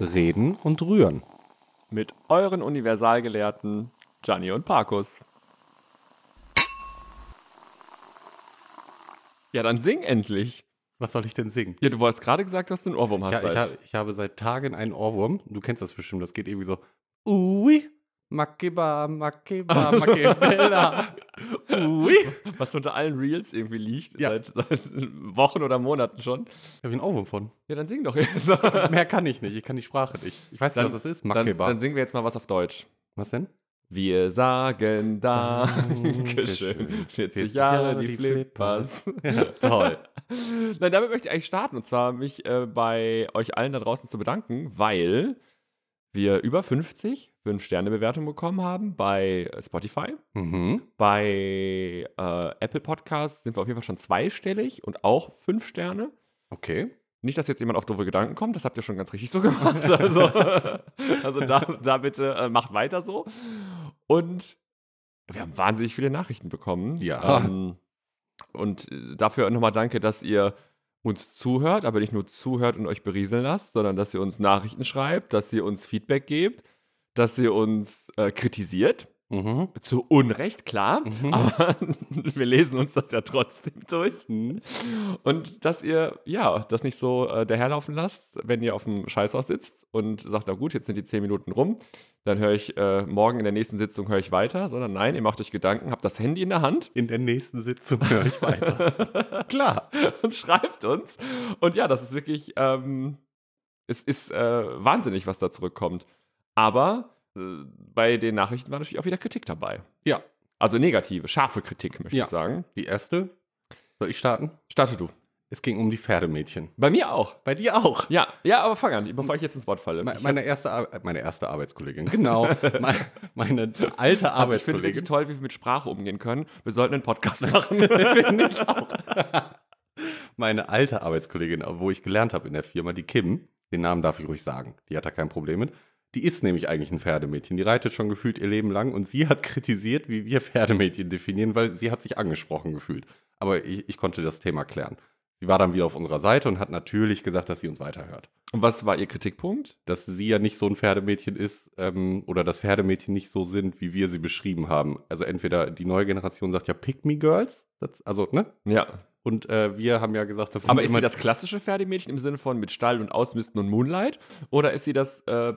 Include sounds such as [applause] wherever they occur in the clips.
Reden und Rühren. Mit euren Universalgelehrten Gianni und Parkus. Ja, dann sing endlich. Was soll ich denn singen? Ja, du hast gerade gesagt, dass du einen Ohrwurm hast. Ja, ich, hab, ich habe seit Tagen einen Ohrwurm. Du kennst das bestimmt, das geht irgendwie so. Ui, Makiba, [laughs] Makiba, Makibella. Ui. Was unter allen Reels irgendwie liegt, Ja. seit, seit Wochen oder Monaten schon. Ich habe einen Ohrwurm von. Ja, dann sing doch jetzt. [laughs] Mehr kann ich nicht. Ich kann die Sprache nicht. Ich weiß Dann- nicht, was das ist. [laughs] dann, Makiba. dann singen wir jetzt mal was auf Deutsch. was [laughs] denn? Wir sagen Dankeschön. Dankeschön. 40 Jahre die Flippers. Ja, toll. [laughs] Nein, damit möchte ich eigentlich starten und zwar mich äh, bei euch allen da draußen zu bedanken, weil wir über 50 5-Sterne-Bewertungen bekommen haben bei Spotify. Mhm. Bei äh, Apple Podcasts sind wir auf jeden Fall schon zweistellig und auch 5 Sterne. Okay. Nicht, dass jetzt jemand auf doofe Gedanken kommt, das habt ihr schon ganz richtig so gemacht. [laughs] Also, also da, da bitte äh, macht weiter so. Und wir haben wahnsinnig viele Nachrichten bekommen. Ja. Ähm, und äh, dafür nochmal danke, dass ihr uns zuhört, aber nicht nur zuhört und euch berieseln lasst, sondern dass ihr uns Nachrichten schreibt, dass ihr uns Feedback gebt, dass ihr uns äh, kritisiert. Mhm. Zu Unrecht, klar. Mhm. Aber [laughs] wir lesen uns das ja trotzdem durch. Und dass ihr, ja, das nicht so äh, daherlaufen lasst, wenn ihr auf dem Scheißhaus sitzt und sagt, na gut, jetzt sind die zehn Minuten rum, dann höre ich äh, morgen in der nächsten Sitzung höre ich weiter, sondern nein, ihr macht euch Gedanken, habt das Handy in der Hand In der nächsten Sitzung höre ich [laughs] weiter. Klar. und schreibt uns. Und ja, das ist wirklich, ähm, es ist äh, wahnsinnig, was da zurückkommt. Aber äh, bei den Nachrichten war natürlich auch wieder Kritik dabei. Ja. Also negative, scharfe Kritik, möchte Ja. ich sagen. Die erste. Soll ich starten? Starte du. Es ging um die Pferdemädchen. Bei mir auch. Bei dir auch. Ja, ja, aber fang an, bevor ich jetzt ins Wort falle. Me- Ich Meine erste, Ar meine erste Arbeitskollegin, [laughs] genau. Me- meine alte Also ich finde es Arbeitskollegin. wirklich toll, wie wir mit Sprache umgehen können. Wir sollten einen Podcast [laughs] machen. Finde ich auch. [laughs] Meine alte Arbeitskollegin, wo ich gelernt habe in der Firma, die Kim, den Namen darf ich ruhig sagen, die hat da kein Problem mit. Die ist nämlich eigentlich ein Pferdemädchen. Die reitet schon gefühlt ihr Leben lang und sie hat [laughs] kritisiert, wie wir Pferdemädchen definieren, weil sie hat sich angesprochen gefühlt. Aber ich, ich konnte das Thema klären. Sie war dann wieder auf unserer Seite und hat natürlich gesagt, dass sie uns weiterhört. Und was war Ihr Kritikpunkt? Dass sie ja nicht so ein Pferdemädchen ist ähm, oder dass Pferdemädchen nicht so sind, wie wir sie beschrieben haben. Also entweder die neue Generation sagt ja Pick Me Girls, das, also ne, Ja. und äh, wir haben ja gesagt, das Aber sind ist sie das klassische Pferdemädchen im Sinne von mit Stall und Ausmisten und Moonlight? Oder ist sie das äh,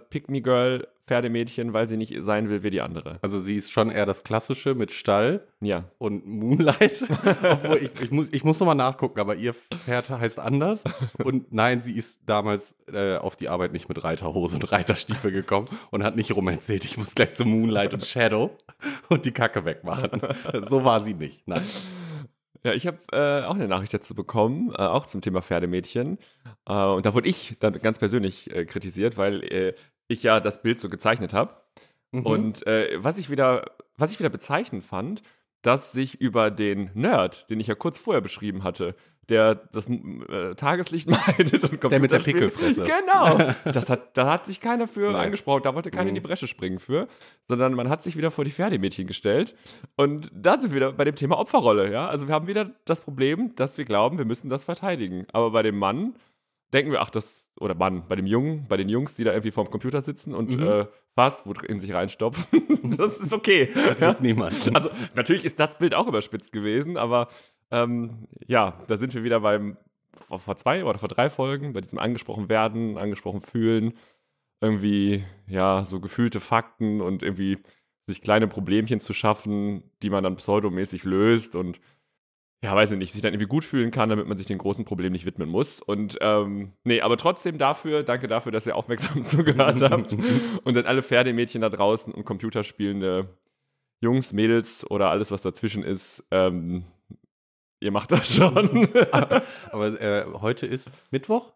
Pick-Me-Girl-Pferdemädchen, weil sie nicht sein will wie die andere? also sie ist schon eher das Klassische mit Stall Ja. und [laughs] Moonlight. Obwohl ich, ich muss, ich muss nochmal nachgucken, aber ihr Pferd heißt anders. Und nein, sie ist damals äh, auf die Arbeit nicht mit Reiterhose und Reiterstiefel gekommen und hat nicht rum erzählt, ich muss gleich zu Moonlight und Shadow und die Kacke wegmachen. So war sie nicht. Nein. Ja, ich habe äh, auch eine Nachricht dazu bekommen, äh, auch zum Thema Pferdemädchen. Äh, und da wurde ich dann ganz persönlich äh, kritisiert, weil äh, ich ja das Bild so gezeichnet habe. Mhm. Und äh, was, ich wieder, was ich wieder bezeichnend fand, dass sich über den Nerd, den ich ja kurz vorher beschrieben hatte, der das m, äh, Tageslicht [laughs] meidet und kommt Der mit der Pickelfresse. Genau. [laughs] Das hat, da hat sich keiner für Nein. angesprochen. Da wollte keiner in die Mhm. Bresche springen für, sondern man hat sich wieder vor die Pferdemädchen gestellt. Und da sind wir wieder bei dem Thema Opferrolle. Ja? Also wir haben wieder das Problem, dass wir glauben, wir müssen das verteidigen. Aber bei dem Mann denken wir, ach, das, oder Mann, bei dem Jungen, bei den Jungs, die da irgendwie vorm Computer sitzen und Mhm. äh, Fastfood in sich reinstopfen, [laughs] das ist okay. das ja? wird niemand. Also, natürlich ist das Bild auch überspitzt gewesen, aber ähm, ja, da sind wir wieder beim, vor, vor zwei oder vor drei Folgen, bei diesem angesprochen werden, angesprochen fühlen, irgendwie, ja, so gefühlte Fakten und irgendwie sich kleine Problemchen zu schaffen, die man dann pseudomäßig löst und ja, weiß ich nicht, sich dann irgendwie gut fühlen kann, damit man sich dem großen Problem nicht widmen muss. Und ähm, nee, aber trotzdem dafür, danke dafür, dass ihr aufmerksam [laughs] zugehört habt. [laughs] Und dann alle Pferdemädchen da draußen und computerspielende Jungs, Mädels oder alles, was dazwischen ist, ähm, Ihr macht das [laughs] schon. Aber äh, heute ist Mittwoch?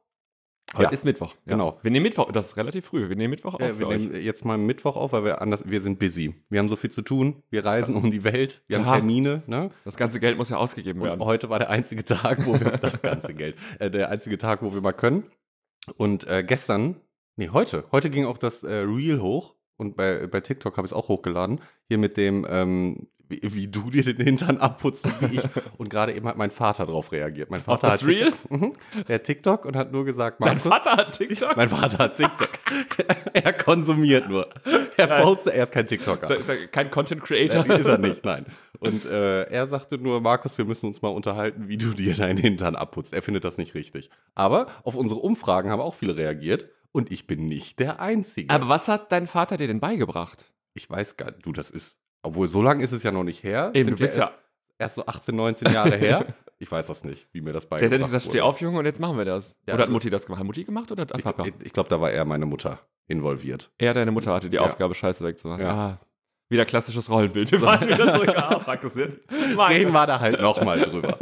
Heute Ja. ist Mittwoch. Genau. Wir nehmen Mittwoch, das ist relativ früh. Wir nehmen Mittwoch auf. Äh, für wir euch. nehmen jetzt mal Mittwoch auf, weil wir anders, wir sind busy. Wir haben so viel zu tun. Wir reisen um die Welt. Wir Klar. haben Termine. Ne? Das ganze Geld muss ja ausgegeben Und werden. heute war der einzige Tag, wo wir das ganze [laughs] Geld, äh, der einzige Tag, wo wir mal können. Und äh, gestern, nee, heute, heute ging auch das äh, Reel hoch. Und bei, bei TikTok habe ich es auch hochgeladen. Hier mit dem, ähm, wie, wie du dir den Hintern abputzt und [laughs] wie ich. Und gerade eben hat mein Vater darauf reagiert. Mein Vater das hat Reel? TikTok, [laughs] mhm, der TikTok und hat nur gesagt, Dein Markus, Vater hat TikTok? mein Vater hat TikTok. [laughs] er konsumiert nur. Er postet, er ist kein TikToker. Ist er Kein Content Creator. Äh, Ist er nicht, nein. Und äh, er sagte nur, Markus, wir müssen uns mal unterhalten, wie du dir deinen Hintern abputzt. Er findet das nicht richtig. Aber auf unsere Umfragen haben auch viele reagiert und ich bin nicht der Einzige. [laughs] Aber was hat dein Vater dir denn beigebracht? ich weiß gar nicht, du, das ist, obwohl so lange ist es ja noch nicht her. Eben, Sind du bist ja- erst, erst so 18, 19 Jahre [laughs] her. Ich weiß das nicht, wie mir das Der beigebracht hat ja nicht gesagt, wurde. steh auf, Junge, und jetzt machen wir das. Ja, oder hat also- Mutti das gemacht? Hat Mutti gemacht oder hat Ich, Papa? ich, ich glaube, da war eher meine Mutter involviert. Er, deine Mutter, hatte die Ja. Aufgabe, Scheiße wegzumachen. Ja. Ah, wieder [laughs] klassisches Rollenbild. Wir waren wieder [laughs] zurück. Ah, fuck, das wird. reden wir da halt nochmal drüber.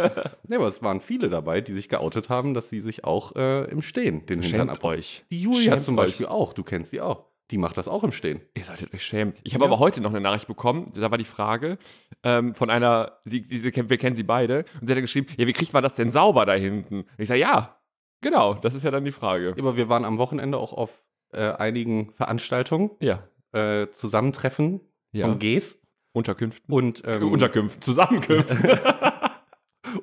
Nee, aber es waren viele dabei, die sich geoutet haben, dass sie sich auch äh, im Stehen den Hintern Schämt ab. euch. Die Julia Schämt zum euch. Beispiel auch, du kennst sie auch. Die macht das auch im Stehen. Ihr solltet euch schämen. Ich habe Ja. aber heute noch eine Nachricht bekommen, da war die Frage ähm, von einer, die, die, die, wir kennen sie beide, und sie hat dann geschrieben, ja, wie kriegt man das denn sauber da hinten? Und ich sage, ja, genau, das ist ja dann die Frage. Aber wir waren am Wochenende auch auf äh, einigen Veranstaltungen, Ja, äh, Zusammentreffen ja. von Gs Unterkünften. und ähm, [laughs] Unterkünften, Zusammenkünften.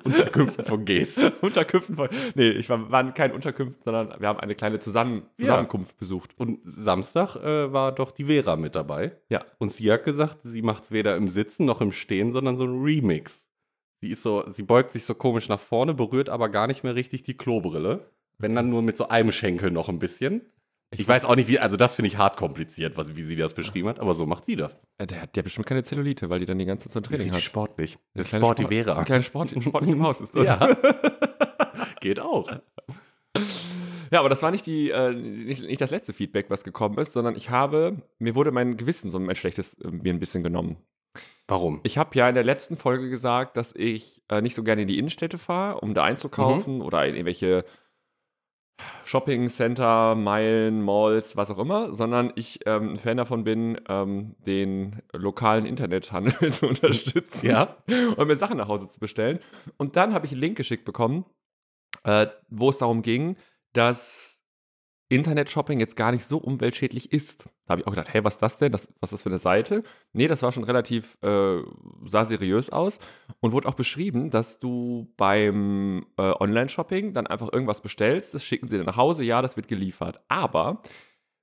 Unterkünften [laughs] von Gs. [laughs] Unterkünften von, nee, ich war, waren keine Unterkünfte, sondern wir haben eine kleine Zusammen Ja. Zusammenkunft besucht. Und Samstag äh, war doch die Vera mit dabei. Ja. Und sie hat gesagt, sie macht es weder im Sitzen noch im Stehen, sondern so ein Remix. Sie ist so, sie beugt sich so komisch nach vorne, berührt aber gar nicht mehr richtig die Klobrille. Wenn dann nur mit so einem Schenkel noch ein bisschen. Ich, weiß auch nicht, wie, also das finde ich hart kompliziert, was, wie sie das beschrieben hat, aber so macht sie das. Äh, Der hat, der hat bestimmt keine Zellulite, weil die dann die ganze Zeit Training hat. sportlich. Das Kleine Sporty Sport- Vera. Kleine Sport, [laughs] sportliche Maus ist das. Ja. Geht auch. Äh. Ja, aber das war nicht, die, äh, nicht, nicht das letzte Feedback, was gekommen ist, sondern ich habe, mir wurde mein Gewissen, so mein schlechtes, äh, mir ein bisschen genommen. Warum? Ich habe ja in der letzten Folge gesagt, dass ich äh, nicht so gerne in die Innenstädte fahre, um da einzukaufen oder in irgendwelche Shopping-Center, Meilen, Malls, was auch immer, sondern ich ähm, ein Fan davon bin, ähm, den lokalen Internethandel [laughs] zu unterstützen Ja. und um mir Sachen nach Hause zu bestellen. Und dann habe ich einen Link geschickt bekommen, äh, wo es darum ging, dass Internet-Shopping jetzt gar nicht so umweltschädlich ist. Da habe ich auch gedacht, hey, was ist das denn? Das, was ist das für eine Seite? Nee, das war schon relativ, äh, sah seriös aus und wurde auch beschrieben, dass du beim äh, Online-Shopping dann einfach irgendwas bestellst, das schicken sie dir nach Hause, ja, das wird geliefert. Aber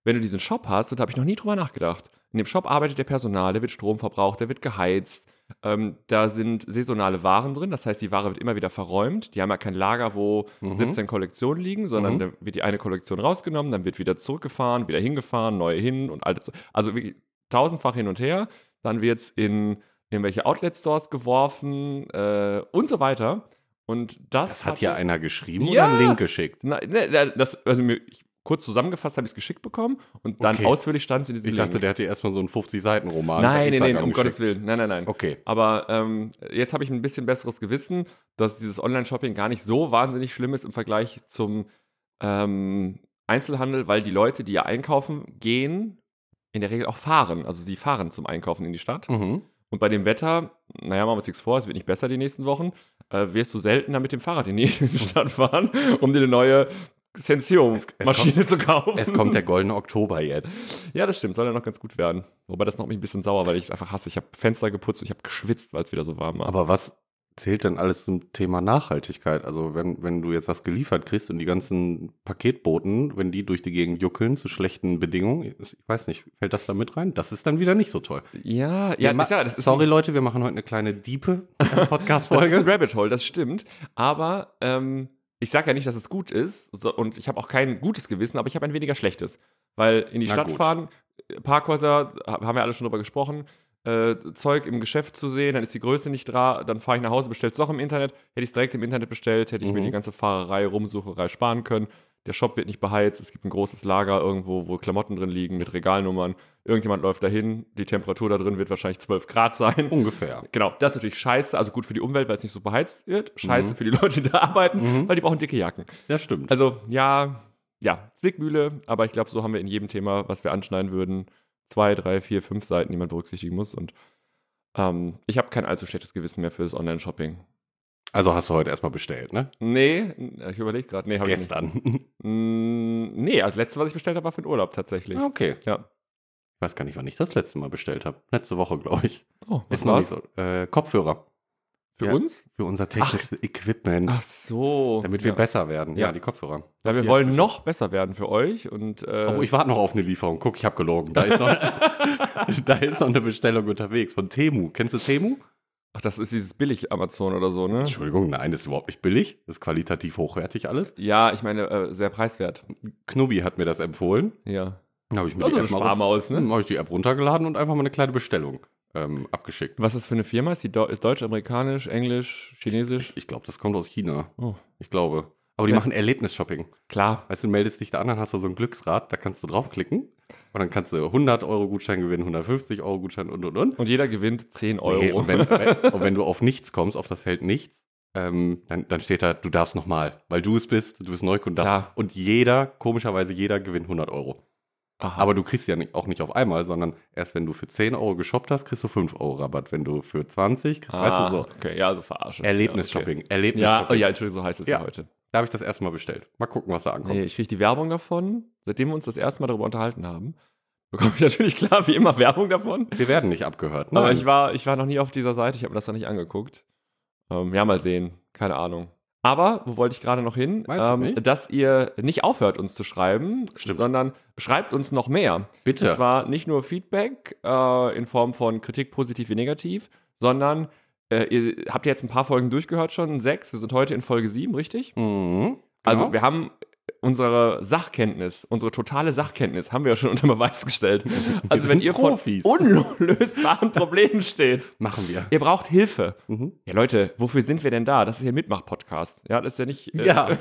wenn du diesen Shop hast, und da habe ich noch nie drüber nachgedacht, in dem Shop arbeitet der Personal, der wird Strom verbraucht, der wird geheizt, ähm, da sind saisonale Waren drin, das heißt, die Ware wird immer wieder verräumt. Die haben ja kein Lager, wo Mhm. 17 Kollektionen liegen, sondern Mhm. da wird die eine Kollektion rausgenommen, dann wird wieder zurückgefahren, wieder hingefahren, neue hin und alte. zu- Also wirklich tausendfach hin und her. Dann wird es in irgendwelche Outlet-Stores geworfen äh, und so weiter. Und das, Das hat hatte- ja einer geschrieben Ja. und einen Link geschickt. Na, ne, ne, das, also mir, ich, kurz zusammengefasst habe ich es geschickt bekommen und dann Okay. ausführlich stand es in diesem Ich dachte, Link. der halt hat dir erstmal so einen 50-Seiten-Roman. Nein, bei nein, nein, Instagram um Gottes geschickt. Willen. Nein, nein, nein. Okay. Aber ähm, jetzt habe ich ein bisschen besseres Gewissen, dass dieses Online-Shopping gar nicht so wahnsinnig schlimm ist im Vergleich zum ähm, Einzelhandel, weil die Leute, die ja einkaufen, gehen, in der Regel auch fahren. Also sie fahren zum Einkaufen in die Stadt. Mhm. Und bei dem Wetter, naja, machen wir uns nichts vor, es wird nicht besser die nächsten Wochen, äh, wirst du seltener mit dem Fahrrad in die [laughs] Stadt fahren, um dir eine neue Es- es Sensio-Maschine zu kaufen. Es kommt äh der goldene Oktober jetzt. Ja, das stimmt, soll ja noch ganz gut werden. Wobei das macht mich ein bisschen sauer, weil ich es einfach hasse. Ich habe Fenster geputzt, ich habe geschwitzt, weil es wieder so warm [laughs] war. Aber was zählt denn alles zum Thema Nachhaltigkeit? Also wenn, wenn du jetzt was geliefert kriegst und die ganzen Paketboten, wenn die durch die Gegend juckeln zu schlechten Bedingungen, ich weiß nicht, fällt das da mit rein? Das ist dann wieder nicht so toll. ja, Wir ja, ma- ist ja, das ist Sorry Leute, wir machen heute eine kleine diepe äh, [laughs] Das ist Podcast-Folge. ein Rabbit Hole, das stimmt. Aber ähm, ich sage ja nicht, dass es gut ist. So, und ich habe auch kein gutes Gewissen, aber ich habe ein weniger schlechtes. Weil in die Na Stadt gut. fahren, äh, Parkhäuser, ha- haben wir alle schon drüber gesprochen, äh, Zeug im Geschäft zu sehen, dann ist die Größe nicht da, dann fahre ich nach Hause, bestelle es doch im Internet. Hätte ich es direkt im Internet bestellt, hätte ich mir Mhm. die ganze Fahrerei, Rumsucherei sparen können. der Shop wird nicht beheizt, es gibt ein großes Lager irgendwo, wo Klamotten drin liegen mit Regalnummern. Irgendjemand läuft dahin, die Temperatur da drin wird wahrscheinlich 12 Grad sein. Ungefähr. Genau, das ist natürlich scheiße, also gut für die Umwelt, weil es nicht so beheizt wird. Scheiße Mhm. für die Leute, die da arbeiten, Mhm. weil die brauchen dicke Jacken. Das stimmt. Also ja, ja, Zwickmühle, aber ich glaube, so haben wir in jedem Thema, was wir anschneiden würden, zwei, drei, vier, fünf Seiten, die man berücksichtigen muss. Und ähm, ich habe kein allzu schlechtes Gewissen mehr fürs Online-Shopping. Also hast du heute erstmal bestellt, ne? Nee, n- ich überlege gerade. Nee, habe ich nicht. Gestern. Mm, nee, das letzte, was ich bestellt habe, war für den Urlaub tatsächlich. [laughs] Okay. Ja. Ich weiß gar nicht, wann ich das letzte Mal bestellt habe. Letzte Woche, glaube ich. Oh, Ist noch nicht so. Äh, Kopfhörer Für Ja. uns? für unser technisches Equipment, Ach so. damit wir ja. besser werden. Ja, Ja. die Kopfhörer. Ja, wir Die wollen hast du noch besser werden für euch. Und, äh, Obwohl, ich warte noch auf eine Lieferung. Guck, ich habe gelogen. Da ist, [laughs] noch, da ist noch eine Bestellung unterwegs von Temu. Kennst du Temu? ach, das ist dieses billig Amazon oder so, ne? Entschuldigung, nein, das ist überhaupt nicht billig. Das ist qualitativ hochwertig alles. Ja, ich meine, äh, sehr preiswert. Knubbi hat mir das empfohlen. Ja. Dann habe ich mir Also die eine App mal Sparmaus, ne? Dann habe ich die App runtergeladen und einfach mal eine kleine Bestellung ähm, abgeschickt. Was ist das für eine Firma? Ist die Deu- ist deutsch, amerikanisch, englisch, chinesisch? Ich glaube, das kommt aus China. Oh. Ich glaube. Aber die Ja. machen Erlebnis-Shopping. Klar. Weißt du, du meldest dich da an, dann hast du so ein Glücksrad, da kannst du draufklicken und dann kannst du 100 Euro Gutschein gewinnen, 150 Euro Gutschein und und und. Und jeder gewinnt 10 Euro. Nee, und, wenn, wenn- und wenn du auf nichts kommst, auf das Feld nichts, ähm, dann, dann steht da, du darfst nochmal, weil du es bist, du bist Neukunde. du darfst- Klar. Und jeder, komischerweise jeder gewinnt 100 Euro. Aha. Aber du kriegst die ja nicht, auch nicht auf einmal, sondern erst wenn du für 10 Euro geshoppt hast, kriegst du 5 Euro Rabatt. Wenn du für 20, kriegst, ah, weißt du so. Okay, ja, so verarschen. Erlebnis-Shopping, Ja, okay. ja, oh, Erlebnis-Shopping. ja, Entschuldigung, so heißt es ja, Ja. heute. Da habe ich das erste Mal bestellt. Mal gucken, was da ankommt. Nee, ich kriege die Werbung davon. Seitdem wir uns das erste Mal darüber unterhalten haben, bekomme ich [laughs] natürlich klar wie immer Werbung davon. Wir werden nicht abgehört. Aber nein. ich war, ich war noch nie auf dieser Seite, ich habe mir das noch nicht angeguckt. Ähm, ja, mal sehen, keine Ahnung. Aber, wo wollte ich gerade noch hin? Ähm, Weiß ich nicht. Dass ihr nicht aufhört, uns zu schreiben, Stimmt. sondern schreibt uns noch mehr. Bitte. Und zwar nicht nur Feedback äh, in Form von Kritik positiv wie negativ, sondern äh, ihr habt ja jetzt ein paar Folgen durchgehört schon, sechs. Wir sind heute in Folge sieben, richtig? Mhm. Also Genau. wir haben unsere Sachkenntnis, unsere totale Sachkenntnis haben wir ja schon [laughs] unter Beweis gestellt. Also wenn sind ihr vor Profis. [laughs] unlösbaren Problemen steht, machen wir. ihr braucht Hilfe. Mhm. Ja Leute, wofür sind wir denn da? Das ist ja ein Mitmach-Podcast. Ja, das ist ja nicht... Äh, Ja. [laughs]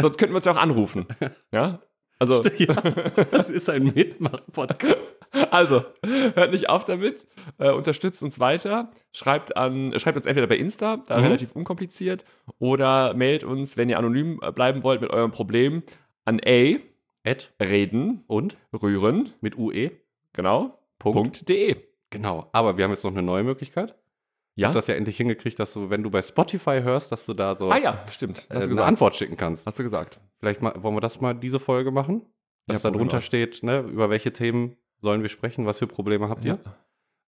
sonst könnten wir uns ja [laughs] auch anrufen. [laughs] Ja? Also, Ja, [laughs] das ist ein Mitmach-Podcast. also, hört nicht auf damit, äh, unterstützt uns weiter, schreibt, an, schreibt uns entweder bei Insta, da Mhm. relativ unkompliziert, oder mailt uns, wenn ihr anonym äh, bleiben wollt mit eurem Problem, an a, Ed reden, und rühren, mit UE. genau, Punkt. .de. Genau. Aber wir haben jetzt noch eine neue Möglichkeit. Ja? Du hast ja endlich hingekriegt, dass du, wenn du bei Spotify hörst, dass du da so ah ja, stimmt. äh, eine Antwort schicken kannst. Hast du gesagt. Vielleicht mal, wollen wir das mal diese Folge machen? Dass Ja, genau. da drunter Probleme. steht, ne, über welche Themen sollen wir sprechen, was für Probleme habt ihr? Ja.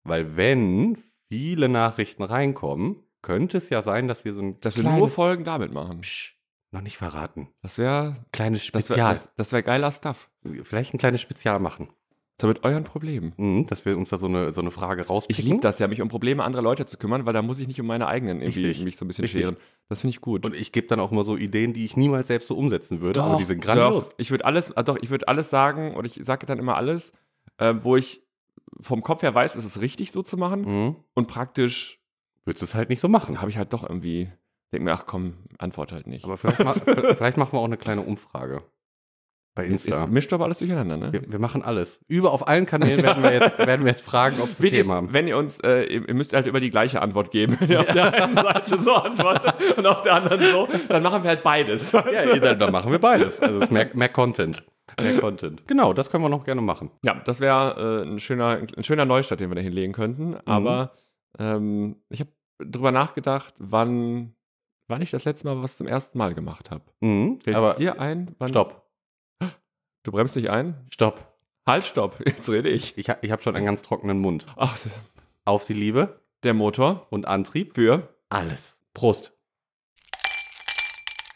Weil wenn viele Nachrichten reinkommen, könnte es ja sein, dass wir so ein Dass wir kleines, nur Folgen damit machen. Psch, noch nicht verraten. Das wäre Kleines das wär, Spezial. das, das wär geiler Stuff. Vielleicht ein kleines Spezial machen. So mit euren Problemen. Mhm, dass wir uns da so eine, so eine Frage Ich rauspicken. liebe das ja, mich um Probleme anderer Leute zu kümmern, weil da muss ich nicht um meine eigenen irgendwie Richtig. mich so ein bisschen Richtig. scheren. Das finde ich gut. Und ich gebe dann auch immer so Ideen, die ich niemals selbst so umsetzen würde, aber die sind grandios. Doch, ich würde alles, ah, doch, ich würde alles sagen und ich sage dann immer alles, äh, wo ich vom Kopf her weiß, es ist richtig so zu machen Mhm. und praktisch Würdest du es halt nicht so machen. habe ich halt doch irgendwie, denke mir, ach komm, antwort halt nicht. Aber [laughs] vielleicht, [laughs] ma vielleicht machen wir auch eine kleine Umfrage bei Insta. Jetzt mischt aber alles durcheinander, ne? Wir, wir machen alles. Über auf allen Kanälen werden wir [laughs] jetzt, werden wir jetzt fragen, ob es ein Wichtig Thema ist, haben. wenn ihr uns, äh, ihr ihr müsst halt immer die gleiche Antwort geben. Wenn ihr auf der [laughs] einen Seite so antwortet und auf der anderen so, dann machen wir halt beides. Ja, dann, dann machen wir beides. Also es ist mehr, mehr Content. Mehr Content. Genau, das können wir noch gerne machen. Ja, das wäre äh, ein, schöner, ein schöner Neustart, den wir da hinlegen könnten. Mhm. Aber ähm, ich habe drüber nachgedacht, wann, wann ich das letzte Mal was zum ersten Mal gemacht habe. Mhm, Fällt aber dir ein? Wann, stopp, Du bremst dich ein? stopp. Halt, stopp. [laughs] Jetzt rede ich. Ich, ha- ich habe schon einen ganz trockenen Mund. Ach, Auf die Liebe der Motor und Antrieb. für Alles. Prost.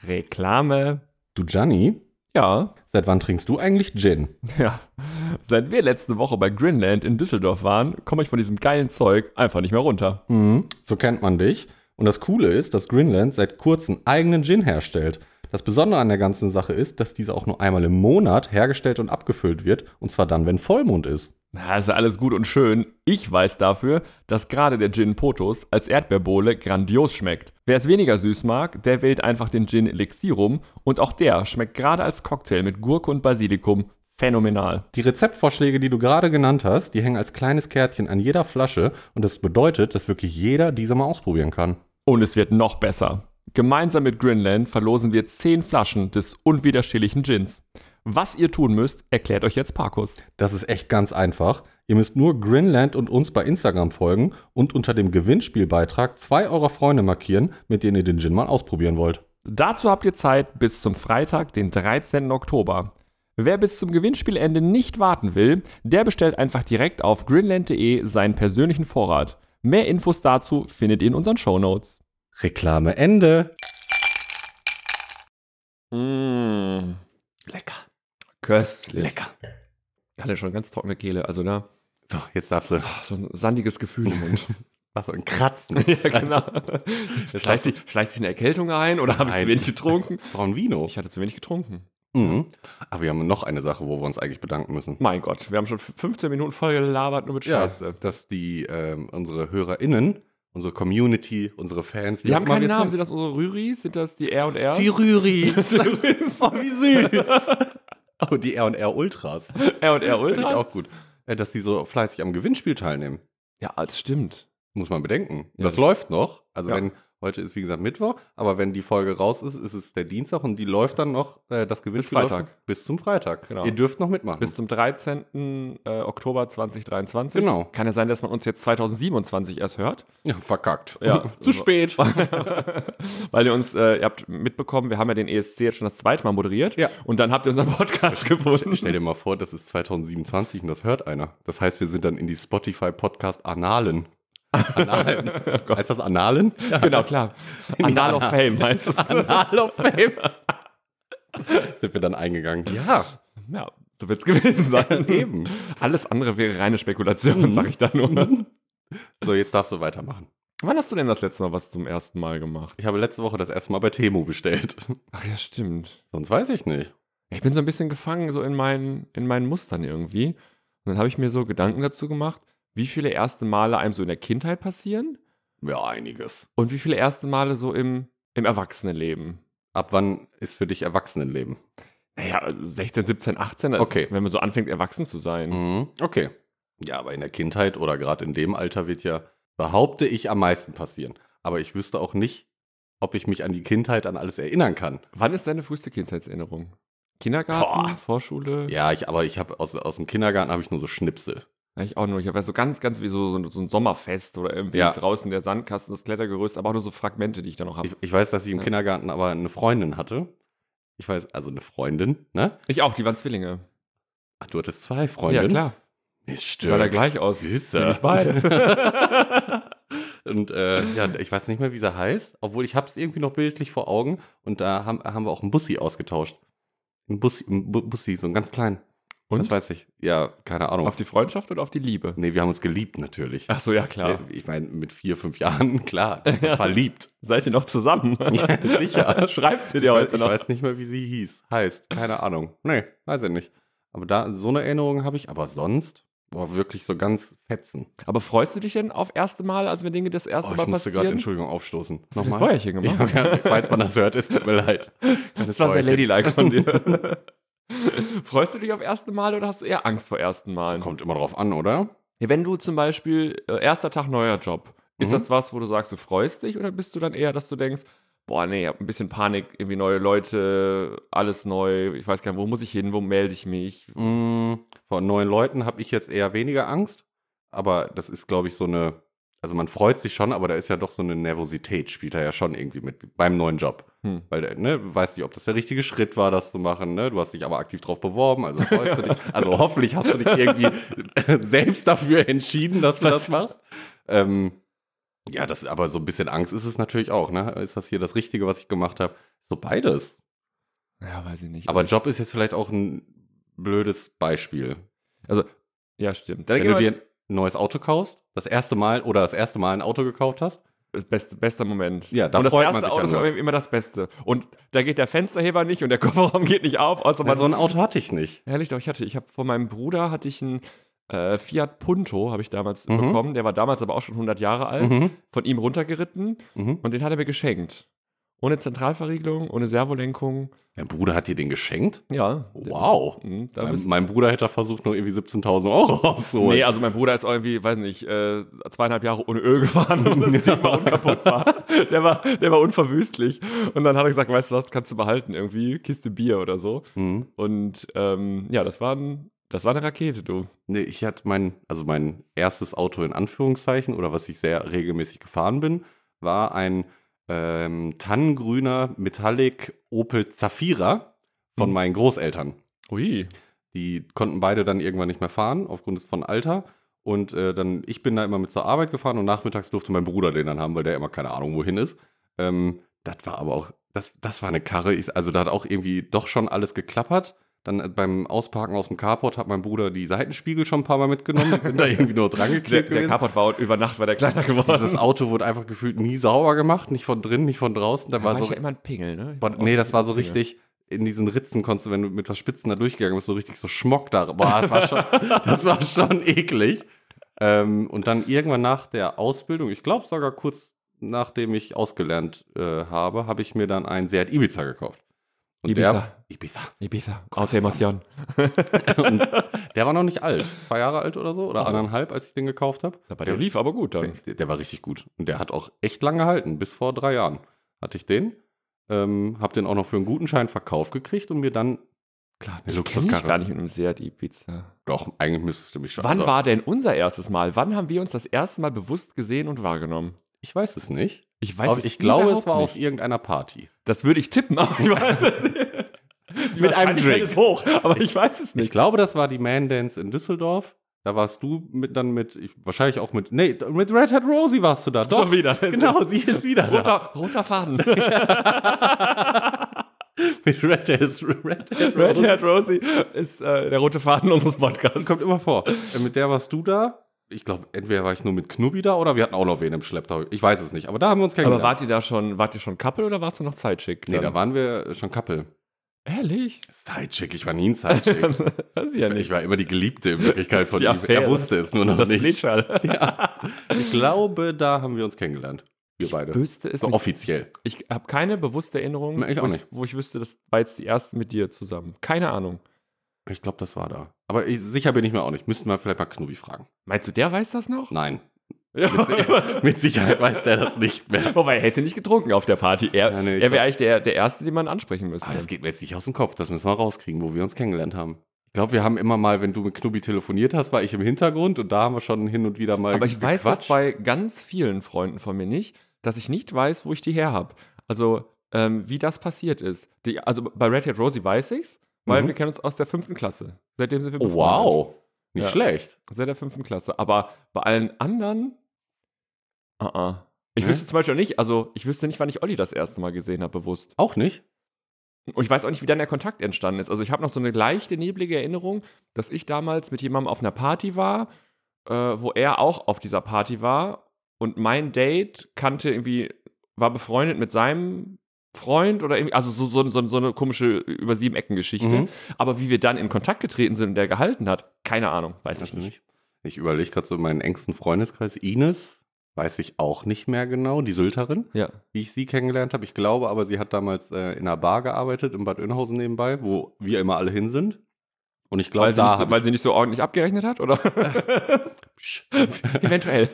Reklame. Du, Gianni, Ja, seit wann trinkst du eigentlich Gin? Ja, seit wir letzte Woche bei Greenland in Düsseldorf waren, komme ich von diesem geilen Zeug einfach nicht mehr runter. Mhm, so kennt man dich. Und das Coole ist, dass Greenland seit kurzem eigenen Gin herstellt. Das Besondere an der ganzen Sache ist, dass dieser auch nur einmal im Monat hergestellt und abgefüllt wird, und zwar dann, wenn Vollmond ist. Na, ist ja alles gut und schön. Ich weiß dafür, dass gerade der Gin Potos als Erdbeerbohle grandios schmeckt. Wer es weniger süß mag, der wählt einfach den Gin Elixirum und auch der schmeckt gerade als Cocktail mit Gurke und Basilikum phänomenal. Die Rezeptvorschläge, die du gerade genannt hast, die hängen als kleines Kärtchen an jeder Flasche und das bedeutet, dass wirklich jeder diese mal ausprobieren kann. Und es wird noch besser. Gemeinsam mit Grinland verlosen wir 10 Flaschen des unwiderstehlichen Gins. Was ihr tun müsst, erklärt euch jetzt Parkus. Das ist echt ganz einfach. Ihr müsst nur Grinland und uns bei Instagram folgen und unter dem Gewinnspielbeitrag zwei eurer Freunde markieren, mit denen ihr den Gin mal ausprobieren wollt. Dazu habt ihr Zeit bis zum Freitag, den 13. Oktober. Wer bis zum Gewinnspielende nicht warten will, der bestellt einfach direkt auf greenland.de seinen persönlichen Vorrat. Mehr Infos dazu findet ihr in unseren Shownotes. Reklame Ende. Mmh, Lecker, köstlich. lecker. Hat ja schon ganz trockene Kehle, also da So, jetzt darfst du. so ein sandiges Gefühl [laughs] im Mund. Ach so, ein Kratzen. [laughs] Also, ja, genau. Schleicht darfst sich, schleicht sich eine Erkältung ein oder habe ich zu Nein. wenig getrunken? [laughs] Braun Vino. Ich hatte zu wenig getrunken. Mhm. Aber wir haben noch eine Sache, wo wir uns eigentlich bedanken müssen. Mein Gott, wir haben schon 15 Minuten voll gelabert, nur mit Scheiße. Ja, dass die ähm, unsere HörerInnen, unsere Community, unsere Fans, Wir haben keinen Namen. Sind Sind das unsere Rüris? Sind das die R und R? die [laughs] Rüris. Rüris. [laughs] oh, wie süß. Oh, die R&R Ultras. [laughs] R und R Finde ich Ultras? auch gut. Äh, Dass die so fleißig am Gewinnspiel teilnehmen, Ja, das stimmt. muss man bedenken. Ja, das das- läuft noch. Also Ja. wenn, heute ist wie gesagt Mittwoch, aber wenn die Folge raus ist, ist es der Dienstag und die läuft dann noch, äh, das Gewinnspiel läuft Freitag. noch bis zum Freitag. Genau. Ihr dürft noch mitmachen. Bis zum 13. äh, Oktober 2023. Genau. Kann ja sein, dass man uns jetzt 2027 erst hört. ja, verkackt. [laughs] Ja. Zu spät. Weil ihr uns, äh, ihr habt mitbekommen, wir haben ja den ESC jetzt schon das zweite Mal moderiert. Ja. Und dann habt ihr [laughs] unseren Podcast [laughs] gefunden. Stell dir mal vor, das ist 2027 und das hört einer. Das heißt, wir sind dann in die Spotify-Podcast-Analen. [laughs] Analen. Oh heißt das Analen? Ja. Genau, klar. Anal of [laughs] Fame heißt es. Anal of [laughs] Fame. sind wir dann eingegangen. Ja, Ja, so wird's gewesen sein. [laughs] eben. Alles andere wäre reine Spekulation, Mhm. sag ich da nur. [laughs] So, jetzt darfst du weitermachen. Wann hast du denn das letzte Mal was zum ersten Mal gemacht? Ich habe letzte Woche das erste Mal bei Temo bestellt. Ach ja, stimmt. Sonst weiß ich nicht. Ich bin so ein bisschen gefangen so in meinen, in meinen Mustern irgendwie. Und dann habe ich mir so Gedanken dazu gemacht, wie viele erste Male einem so in der Kindheit passieren Ja, einiges. und wie viele erste Male so im, im Erwachsenenleben. Ab wann ist für dich Erwachsenenleben? Naja, also 16, 17, 18, also Okay. wenn man so anfängt, erwachsen zu sein. Mhm. Okay. Ja, aber in der Kindheit oder gerade in dem Alter wird ja, behaupte ich, am meisten passieren. Aber ich wüsste auch nicht, ob ich mich an die Kindheit an alles erinnern kann. Wann ist deine früheste Kindheitserinnerung? Kindergarten, Boah. Vorschule? Ja, ich, aber ich habe aus, aus dem Kindergarten habe ich nur so Schnipsel. Ja, Ich auch nur. Ich habe so ganz, ganz wie so, so, so ein Sommerfest oder irgendwie Ja. draußen der Sandkasten, das Klettergerüst, aber auch nur so Fragmente, die ich da noch habe. Ich, ich weiß, dass ich im Ja. Kindergarten aber eine Freundin hatte. Ich weiß, also eine Freundin, ne? Ich auch, die waren Zwillinge. Ach, du hattest zwei Freundinnen? Ja, klar. Ist Die sahen da stimmt. gleich aus. Süßer. Nämlich [laughs] beide. [laughs] Und äh, ja, ich weiß nicht mehr, wie sie heißt, obwohl ich habe es irgendwie noch bildlich vor Augen. Und da haben, haben wir auch einen Bussi ausgetauscht. Ein Bussi, ein Bu- Bussi so einen ganz kleinen. Und? Das weiß ich. Ja, keine Ahnung. auf die Freundschaft oder auf die Liebe? nee, wir haben uns geliebt natürlich. Ach so, ja, klar. Äh, Ich meine, mit vier, fünf Jahren, [laughs] klar, [laughs] verliebt. Seid ihr noch [laughs] zusammen? Ja, sicher. Schreibt sie Ich dir weiß, heute ich noch. weiß nicht mehr, wie sie hieß. Heißt, keine Ahnung. Nee, weiß ich nicht. Aber da so eine Erinnerung habe ich. Aber sonst, boah, wirklich so ganz fetzen. Aber freust du dich denn auf erste Mal, als wenn Dinge das erste Oh, Mal ich musste gerade, passieren? Entschuldigung, aufstoßen. Hast du das Feuerchen Ja, gemacht? ja, [laughs] falls man das hört, es tut mir leid. [laughs] das war sehr ladylike von dir. [laughs] freust du dich auf erste Mal oder hast du eher Angst vor ersten Malen? Kommt immer drauf an, oder? Ja, Wenn du zum Beispiel äh, erster Tag neuer Job, ist Mhm. das was, wo du sagst, du freust dich oder bist du dann eher, dass du denkst, boah, nee, ich hab ein bisschen Panik, irgendwie neue Leute, alles neu, ich weiß gar nicht, wo muss ich hin, wo melde ich mich? Mm, Von neuen Leuten habe ich jetzt eher weniger Angst. Aber das ist, glaube ich, so eine. Also man freut sich schon, aber da ist ja doch so eine Nervosität, spielt da ja schon irgendwie mit beim neuen Job. Hm. Weil, ne, du weißt nicht, ob das der richtige Schritt war, das zu machen, ne? Du hast dich aber aktiv drauf beworben, also freust du [laughs] dich. Also hoffentlich hast du dich irgendwie [laughs] selbst dafür entschieden, dass du Was- das machst. Ähm, ja, das aber so ein bisschen Angst ist es natürlich auch, ne? Ist das hier das Richtige, was ich gemacht habe? So beides. Ja, weiß ich nicht. Aber Also- Job ist jetzt vielleicht auch ein blödes Beispiel. Also, ja, stimmt. Dann Wenn du gehen wir dir ein neues Auto kaufst, das erste Mal oder das erste Mal ein Auto gekauft hast, Das beste, bester Moment. Ja, da und das freut erste man sich Auto dann ist nur. immer das Beste. Und da geht der [laughs] Fensterheber nicht und Also der Kofferraum geht nicht auf, außer man. so ein Auto hatte ich nicht. Herrlich, doch, ich hatte, ich habe von meinem Bruder hatte ich ein äh, Fiat Punto habe ich damals Mhm. bekommen. Der war damals aber auch schon 100 Jahre alt. Mhm. Von ihm runtergeritten Mhm. und den hat er mir geschenkt. Ohne Zentralverriegelung, ohne Servolenkung. Dein Bruder hat dir den geschenkt? Ja. Wow. Mhm, da Mein, bist, mein Bruder hätte versucht, nur irgendwie 17.000 Euro [laughs] rauszuholen. nee, also mein Bruder ist irgendwie, weiß nicht, äh, zweieinhalb Jahre ohne Öl gefahren [laughs] und das Ja. Ding war unkaputtbar. Der war, der war unverwüstlich. Und dann hat er gesagt, weißt du was, kannst du behalten irgendwie, Kiste Bier oder so. Mhm. Und ähm, ja, das war, ein, das war eine Rakete, du. Nee, ich hatte mein, also mein erstes Auto in Anführungszeichen oder was ich sehr regelmäßig gefahren bin, war ein ähm, tannengrüner Metallic Opel Zafira von Mhm. meinen Großeltern. Ui. Die konnten beide dann irgendwann nicht mehr fahren, aufgrund von Alter. Und äh, dann, ich bin da immer mit zur Arbeit gefahren und nachmittags durfte mein Bruder den dann haben, weil der immer keine Ahnung wohin ist. Ähm, das war aber auch, das, das war eine Karre. Ich, also da hat auch irgendwie doch schon alles geklappert. Dann äh, beim Ausparken aus dem Carport hat mein Bruder die Seitenspiegel schon ein paar Mal mitgenommen. Die [laughs] sind da irgendwie nur dran Der, geklebt. der gewesen. Carport war über Nacht, war der kleiner geworden. Dieses Auto wurde einfach gefühlt nie sauber gemacht. Nicht von drinnen, nicht von draußen. Da Da war war so ich ja immer ein Pingel, ne? Ich Boah, war nee, auch das war so ein Pingel. richtig, in diesen Ritzen konntest du, wenn du mit was Spitzen da durchgegangen bist, so richtig so Schmock da. Boah, das war schon, das war schon eklig. Ähm, und dann irgendwann nach der Ausbildung, ich glaube sogar kurz nachdem ich ausgelernt äh, habe, habe ich mir dann einen Seat Ibiza gekauft. Und Ibiza. der Ibiza. Ibiza, Auto Emotion. [laughs] Und der war noch nicht alt, zwei Jahre alt oder so, oder anderthalb, als ich den gekauft habe. Aber der lief aber gut dann. Äh, Der, der war richtig gut. Und der hat auch echt lang gehalten. Bis vor drei Jahren hatte ich den. Ähm, hab den auch noch für einen guten Schein verkauft gekriegt und mir dann, klar, eine Ich kenn mich Luxuskarre. gar nicht mit einem Seat Ibiza. Doch, eigentlich müsstest du mich schon. Wann also, war denn unser erstes Mal? Wann haben wir uns das erste Mal bewusst gesehen und wahrgenommen? Ich weiß es nicht. Ich Aber es ich glaube, es überhaupt war auf nicht. irgendeiner Party. Das würde ich tippen, aber ich weiß es nicht. Die Mit einem Wahrscheinlichkeit Drink. ist hoch, aber ich, weiß es Ich nicht. glaube, das war die Man Dance in Düsseldorf. Da warst du mit, dann mit, ich, wahrscheinlich auch mit, nee, mit Red Hat Rosie warst du da. Doch, Schon wieder. genau, sie ist wieder da. Roter, [laughs] roter Faden. Mit Red Hat, Red Hat Red Rosie. Haired Rosie ist äh, der rote Faden unseres Die Podcasts. kommt immer vor. Äh, Mit der warst du da. Ich glaube, entweder war ich nur mit Knubi da oder wir hatten auch noch wen im Schlepptau. Ich weiß es nicht, aber da haben wir uns Aber kennengelernt. wart ihr da schon, wart ihr schon Couple oder warst du noch Zeitschick? nee, dann? da waren wir äh, schon Kappel. [laughs] Ehrlich? Sidechick, ich war [laughs] nie ein Sidechick. Weiß ich ja ich nicht. war immer die Geliebte in Wirklichkeit von Die ihm. Affäre. Er wusste es nur noch Das nicht. Liedschall. [laughs] Ja. Ich glaube, da haben wir uns kennengelernt. Wir beide. Wüsste es So nicht. offiziell. Ich habe keine bewusste Erinnerung, Nee, ich auch wo, ich, nicht. wo ich wüsste, das war jetzt die erste mit dir zusammen. Keine Ahnung. Ich glaube, das war da. Aber ich, sicher bin ich mir auch nicht. Müssten wir vielleicht mal Knubi fragen. Meinst du, der weiß das noch? Nein. Ja. [laughs] [laughs] Mit Sicherheit weiß der das nicht mehr. Wobei, er hätte nicht getrunken auf der Party. Er, Ja, nee, ich er glaub- wäre eigentlich der, der Erste, den man ansprechen müsste. Aber Ah, das geht mir jetzt nicht aus dem Kopf. Das müssen wir rauskriegen, wo wir uns kennengelernt haben. Ich glaube, wir haben immer mal, wenn du mit Knubi telefoniert hast, war ich im Hintergrund und da haben wir schon hin und wieder mal Aber ich weiß das gequatscht. bei ganz vielen Freunden von mir nicht, dass ich nicht weiß, wo ich die her habe. Also, ähm, wie das passiert ist. Die, also bei Red Hat Rosie weiß ich's, weil Mhm. wir kennen uns aus der fünften Klasse. Seitdem sind wir Oh, befreundet. wow. Nicht Ja. schlecht. Seit der fünften Klasse. Aber bei allen anderen. Ah, ah. Ich Hä? wüsste zum Beispiel auch nicht, also ich wüsste nicht, wann ich Olli das erste Mal gesehen habe, bewusst. Auch nicht? Und ich weiß auch nicht, wie dann der Kontakt entstanden ist. Also ich habe noch so eine leichte, neblige Erinnerung, dass ich damals mit jemandem auf einer Party war, äh, wo er auch auf dieser Party war. Und mein Date kannte irgendwie, war befreundet mit seinem Freund oder irgendwie, also so, so, so, so eine komische über sieben Ecken Geschichte. Mhm. Aber wie wir dann in Kontakt getreten sind und der gehalten hat, keine Ahnung, weiß ich Weißt du nicht. nicht? Ich überlege gerade so meinen engsten Freundeskreis. Ines weiß ich auch nicht mehr genau, die Sylterin, Ja. wie ich sie kennengelernt habe. Ich glaube aber, sie hat damals äh, in einer Bar gearbeitet, in Bad Oeynhausen nebenbei, wo wir immer alle hin sind. Und ich glaube, Weil, da sie, nicht so, habe weil sie nicht so ordentlich abgerechnet [laughs] hat, oder? [laughs] ich [laughs] Eventuell.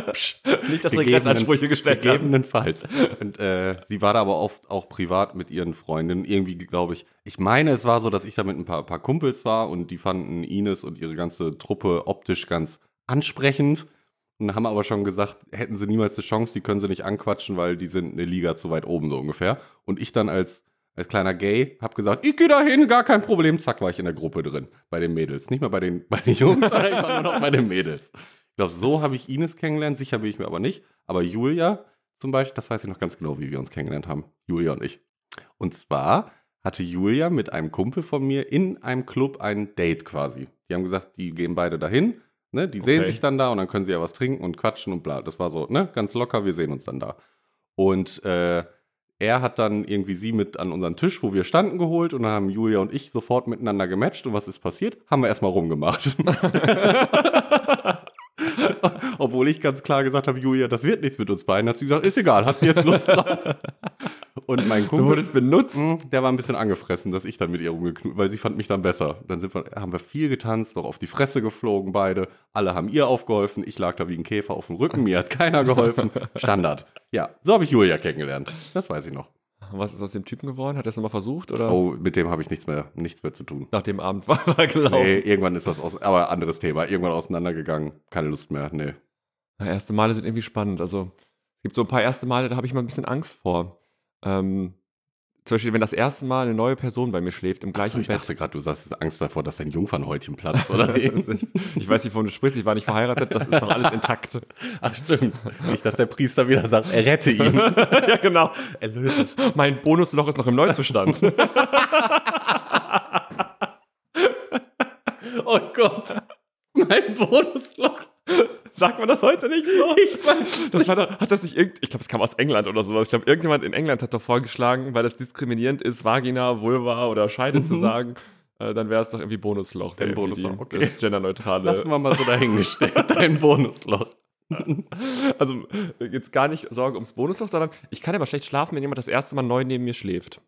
nicht, Gegebenen- Regressansprüche gestellt haben. gegebenenfalls. Und äh, sie war da aber oft auch privat mit ihren Freundinnen. Irgendwie, glaube ich, ich meine, es war so, dass ich da mit ein paar, paar Kumpels war und die fanden Ines und ihre ganze Truppe optisch ganz ansprechend. Und haben aber schon gesagt, hätten sie niemals eine Chance, die können sie nicht anquatschen, weil die sind eine Liga zu weit oben, so ungefähr. Und ich dann als, als kleiner Gay habe gesagt, ich gehe da hin, gar kein Problem. Zack, war ich in der Gruppe drin, bei den Mädels. Nicht mal bei den, bei den Jungs, [laughs] sondern ich war nur noch bei den Mädels. Ich glaube, so habe ich Ines kennengelernt, sicher bin ich mir aber nicht. Aber Julia zum Beispiel, das weiß ich noch ganz genau, wie wir uns kennengelernt haben. Julia und ich. Und zwar hatte Julia mit einem Kumpel von mir in einem Club ein Date quasi. Die haben gesagt, die gehen beide dahin, ne? die sehen Okay. sich dann da und dann können sie ja was trinken und quatschen und bla. Das war so, ne, ganz locker, wir sehen uns dann da. Und äh, er hat dann irgendwie sie mit an unseren Tisch, wo wir standen, geholt und dann haben Julia und ich sofort miteinander gematcht. Und was ist passiert? Haben wir erstmal [laughs] rumgemacht. Obwohl ich ganz klar gesagt habe, Julia, das wird nichts mit uns beiden. Hat sie gesagt, ist egal, hat sie jetzt Lust drauf. Und mein Du Kumpel, wurdest benutzt. mh, der war ein bisschen angefressen, dass ich dann mit ihr rumgeknut, weil sie fand mich dann besser. Dann sind wir, haben wir viel getanzt, noch auf die Fresse geflogen beide. Alle haben ihr aufgeholfen. Ich lag da wie ein Käfer auf dem Rücken, mir hat keiner geholfen. Standard. Ja, so habe ich Julia kennengelernt. Das weiß ich noch. Und Was ist aus dem Typen geworden? Hat er es nochmal versucht? Oder Oh, mit dem habe ich nichts mehr, nichts mehr zu tun. nach dem Abend [laughs] war er gelaufen? Nee, irgendwann ist das aus, aber anderes Thema. Irgendwann auseinandergegangen. Keine Lust mehr. Nee. Na, erste Male sind irgendwie spannend. Also es gibt so ein paar erste Male, da habe ich mal ein bisschen Angst vor. Ähm, zum Beispiel, wenn das erste Mal eine neue Person bei mir schläft im Achso, gleichen ich Bett. dachte [laughs] gerade, du sagst, du hast Angst davor, dass dein Jungfernhäutchen platzt [laughs] oder [laughs] ich, ich weiß nicht, wovon du sprichst. Ich war nicht verheiratet. Das ist noch alles [laughs] intakt. [laughs] Ach, stimmt. Nicht, dass der Priester wieder sagt, errette [laughs] ihn. ja, genau. Erlöse. Mein Bonusloch ist noch im Neuzustand. Oh Gott. Mein Bonusloch. Sagt man das heute nicht so? das war doch, hat das nicht irgend, ich glaube, es kam aus England oder sowas. Ich glaube, irgendjemand in England hat doch vorgeschlagen, weil das diskriminierend ist, Vagina, Vulva oder Scheide zu sagen, äh, dann wäre es doch irgendwie Bonusloch. Mhm. Dann wäre irgendwie Bonusloch, die- okay. Das genderneutrale. Lassen wir mal so [laughs] dahingestellt. Dein Bonusloch. Also äh, jetzt gar nicht Sorge ums Bonusloch, sondern ich kann immer schlecht schlafen, wenn jemand das erste Mal neu neben mir schläft.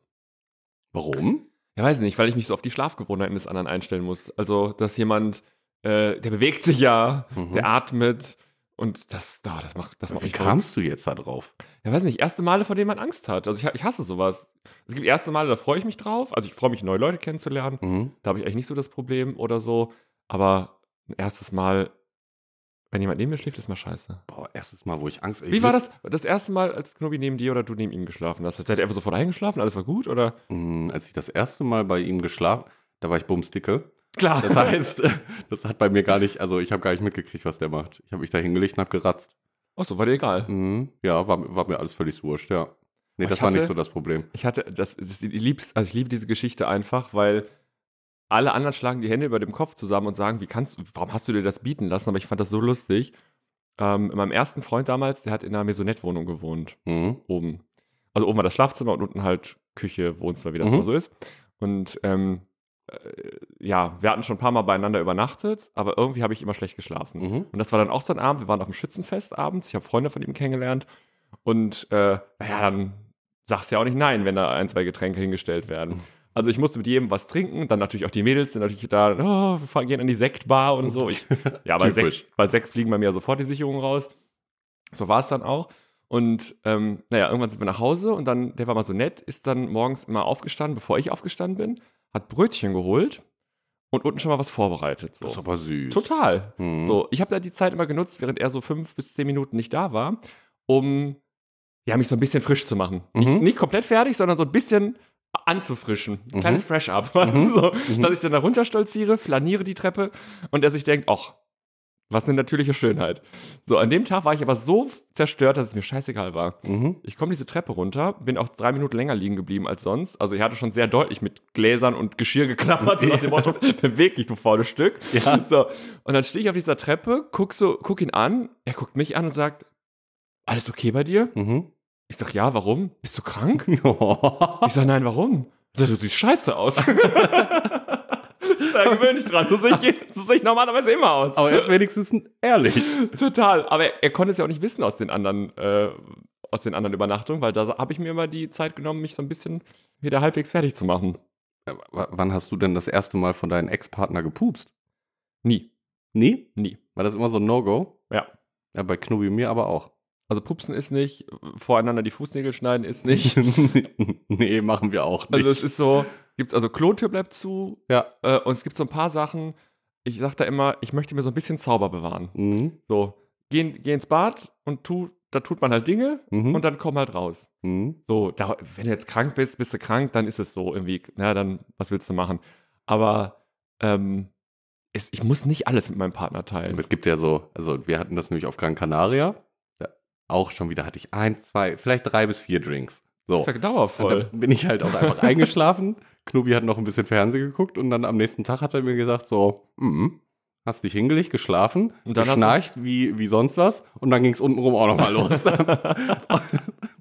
Warum? Ja, weiß nicht, weil ich mich so auf die Schlafgewohnheiten des anderen einstellen muss. Also, dass jemand, äh, der bewegt sich ja, Mhm. der atmet und das, oh, das macht, das macht Wie mich kamst du jetzt da drauf? Ja, weiß nicht, erste Male, vor denen man Angst hat. Also ich, ich hasse sowas. Es gibt erste Male, da freue ich mich drauf. Also ich freue mich, neue Leute kennenzulernen. Mhm. Da habe ich eigentlich nicht so das Problem oder so. Aber ein erstes Mal, wenn jemand neben mir schläft, ist mal scheiße. Boah, erstes Mal, wo ich Angst... Wie war das? Das erste Mal, als Knobi neben dir oder du neben ihm geschlafen hast? Seid ihr einfach sofort eingeschlafen? Alles war gut? Oder? Mm, Als ich das erste Mal bei ihm geschlafen... Da war ich bumsdicke. Klar. [laughs] Das heißt, äh, das hat bei mir gar nicht... Also ich habe gar nicht mitgekriegt, was der macht. Ich habe mich da hingelegt und habe geratzt. Achso, war dir egal. Mhm. Ja, war, war mir alles völlig wurscht, ja. Nee, Aber das ich war nicht hatte- so das Problem. Ich hatte, das, das, ich, lieb's, also ich liebe diese Geschichte einfach, weil alle anderen schlagen die Hände über dem Kopf zusammen und sagen, wie kannst, warum hast du dir das bieten lassen? Aber ich fand das so lustig. Ähm, meinem ersten Freund damals, der hat in einer Maisonette-Wohnung gewohnt, Mhm. oben. Also oben war das Schlafzimmer und unten halt Küche, Wohnzimmer, wie das Mhm. immer so ist. Und ähm, äh, ja, wir hatten schon ein paar Mal beieinander übernachtet, aber irgendwie habe ich immer schlecht geschlafen. Mhm. Und das war dann auch so ein Abend. Wir waren auf dem Schützenfest abends. Ich habe Freunde von ihm kennengelernt. Und äh, naja, dann sagst du ja auch nicht nein, wenn da ein, zwei Getränke hingestellt werden. Also ich musste mit jedem was trinken, dann natürlich auch die Mädels sind natürlich da, oh, wir fahren- gehen an die Sektbar und so. Ich, ja, bei Typisch. Sekt, bei Sekt fliegen bei mir sofort die Sicherungen raus. So war es dann auch. Und ähm, naja, irgendwann sind wir nach Hause und dann, der war mal so nett, ist dann morgens immer aufgestanden, bevor ich aufgestanden bin, hat Brötchen geholt und unten schon mal was vorbereitet. So. Das ist aber süß. Total. Mhm. So, ich habe da die Zeit immer genutzt, während er so fünf bis zehn Minuten nicht da war, um ja, mich so ein bisschen frisch zu machen. Mhm. Nicht, nicht komplett fertig, sondern so ein bisschen anzufrischen. Mhm. Kleines [laughs] Fresh-Up. Mhm. So, Mhm. Dass ich dann da runter stolziere, flaniere die Treppe und er sich denkt, ach, was eine natürliche Schönheit. So, an dem Tag war ich aber so zerstört, dass es mir scheißegal war. Mhm. Ich komme diese Treppe runter, bin auch drei Minuten länger liegen geblieben als sonst. Also er hatte schon sehr deutlich mit Gläsern und Geschirr geklappert, so nach [laughs] dem Motto, beweg dich, du faules Stück. Ja. [laughs] So. Und dann stehe ich auf dieser Treppe, guck, so, guck ihn an, er guckt mich an und sagt, alles okay bei dir? Mhm. [laughs] Oh. Ich sag, ja, warum? Bist du krank? Ja. Ich sag, nein, warum? Er sagt, du siehst scheiße aus. Da gewöhne ich dran, so sehe ich, so seh ich normalerweise immer aus. aber jetzt wenigstens ehrlich. Total, aber er, er konnte es ja auch nicht wissen aus den anderen, äh, aus den anderen Übernachtungen, weil da habe ich mir immer die Zeit genommen, mich so ein bisschen wieder halbwegs fertig zu machen. W wann hast du denn das erste Mal von deinem Ex-Partner gepupst? Nie, Nie? nie. War das immer so ein No-Go? Ja. Ja, bei Knobi und mir aber [laughs] auch. [laughs] Also pupsen ist nicht, voreinander die Fußnägel schneiden [laughs] ist nicht. nee, machen wir auch nicht. Also es ist so, gibt's also Klontür bleibt zu ja. äh, und es gibt so ein paar Sachen, ich sag da immer, ich möchte mir so ein bisschen Zauber bewahren. Mhm. So, geh, geh ins Bad und tu, da tut man halt Dinge Mhm. und dann komm halt raus. mhm. So, da, wenn du jetzt krank bist, bist du krank, dann ist es so irgendwie, na, dann, was willst du machen? Aber ähm, es, ich muss nicht alles mit meinem Partner Aber teilen. es gibt ja so, also wir hatten das nämlich auf Gran Canaria. Ja, auch schon wieder hatte ich ein, zwei, vielleicht drei bis vier Drinks. So. Das ist ja Und dauervoll. Dann bin ich halt auch [laughs] einfach eingeschlafen. Knobi hat noch ein bisschen Fernsehen geguckt und dann am nächsten Tag hat er mir gesagt so, mhm, hast dich hingelegt, geschlafen, Und dann hast du- [laughs] geschnarcht wie, wie sonst was und dann ging es untenrum auch nochmal los.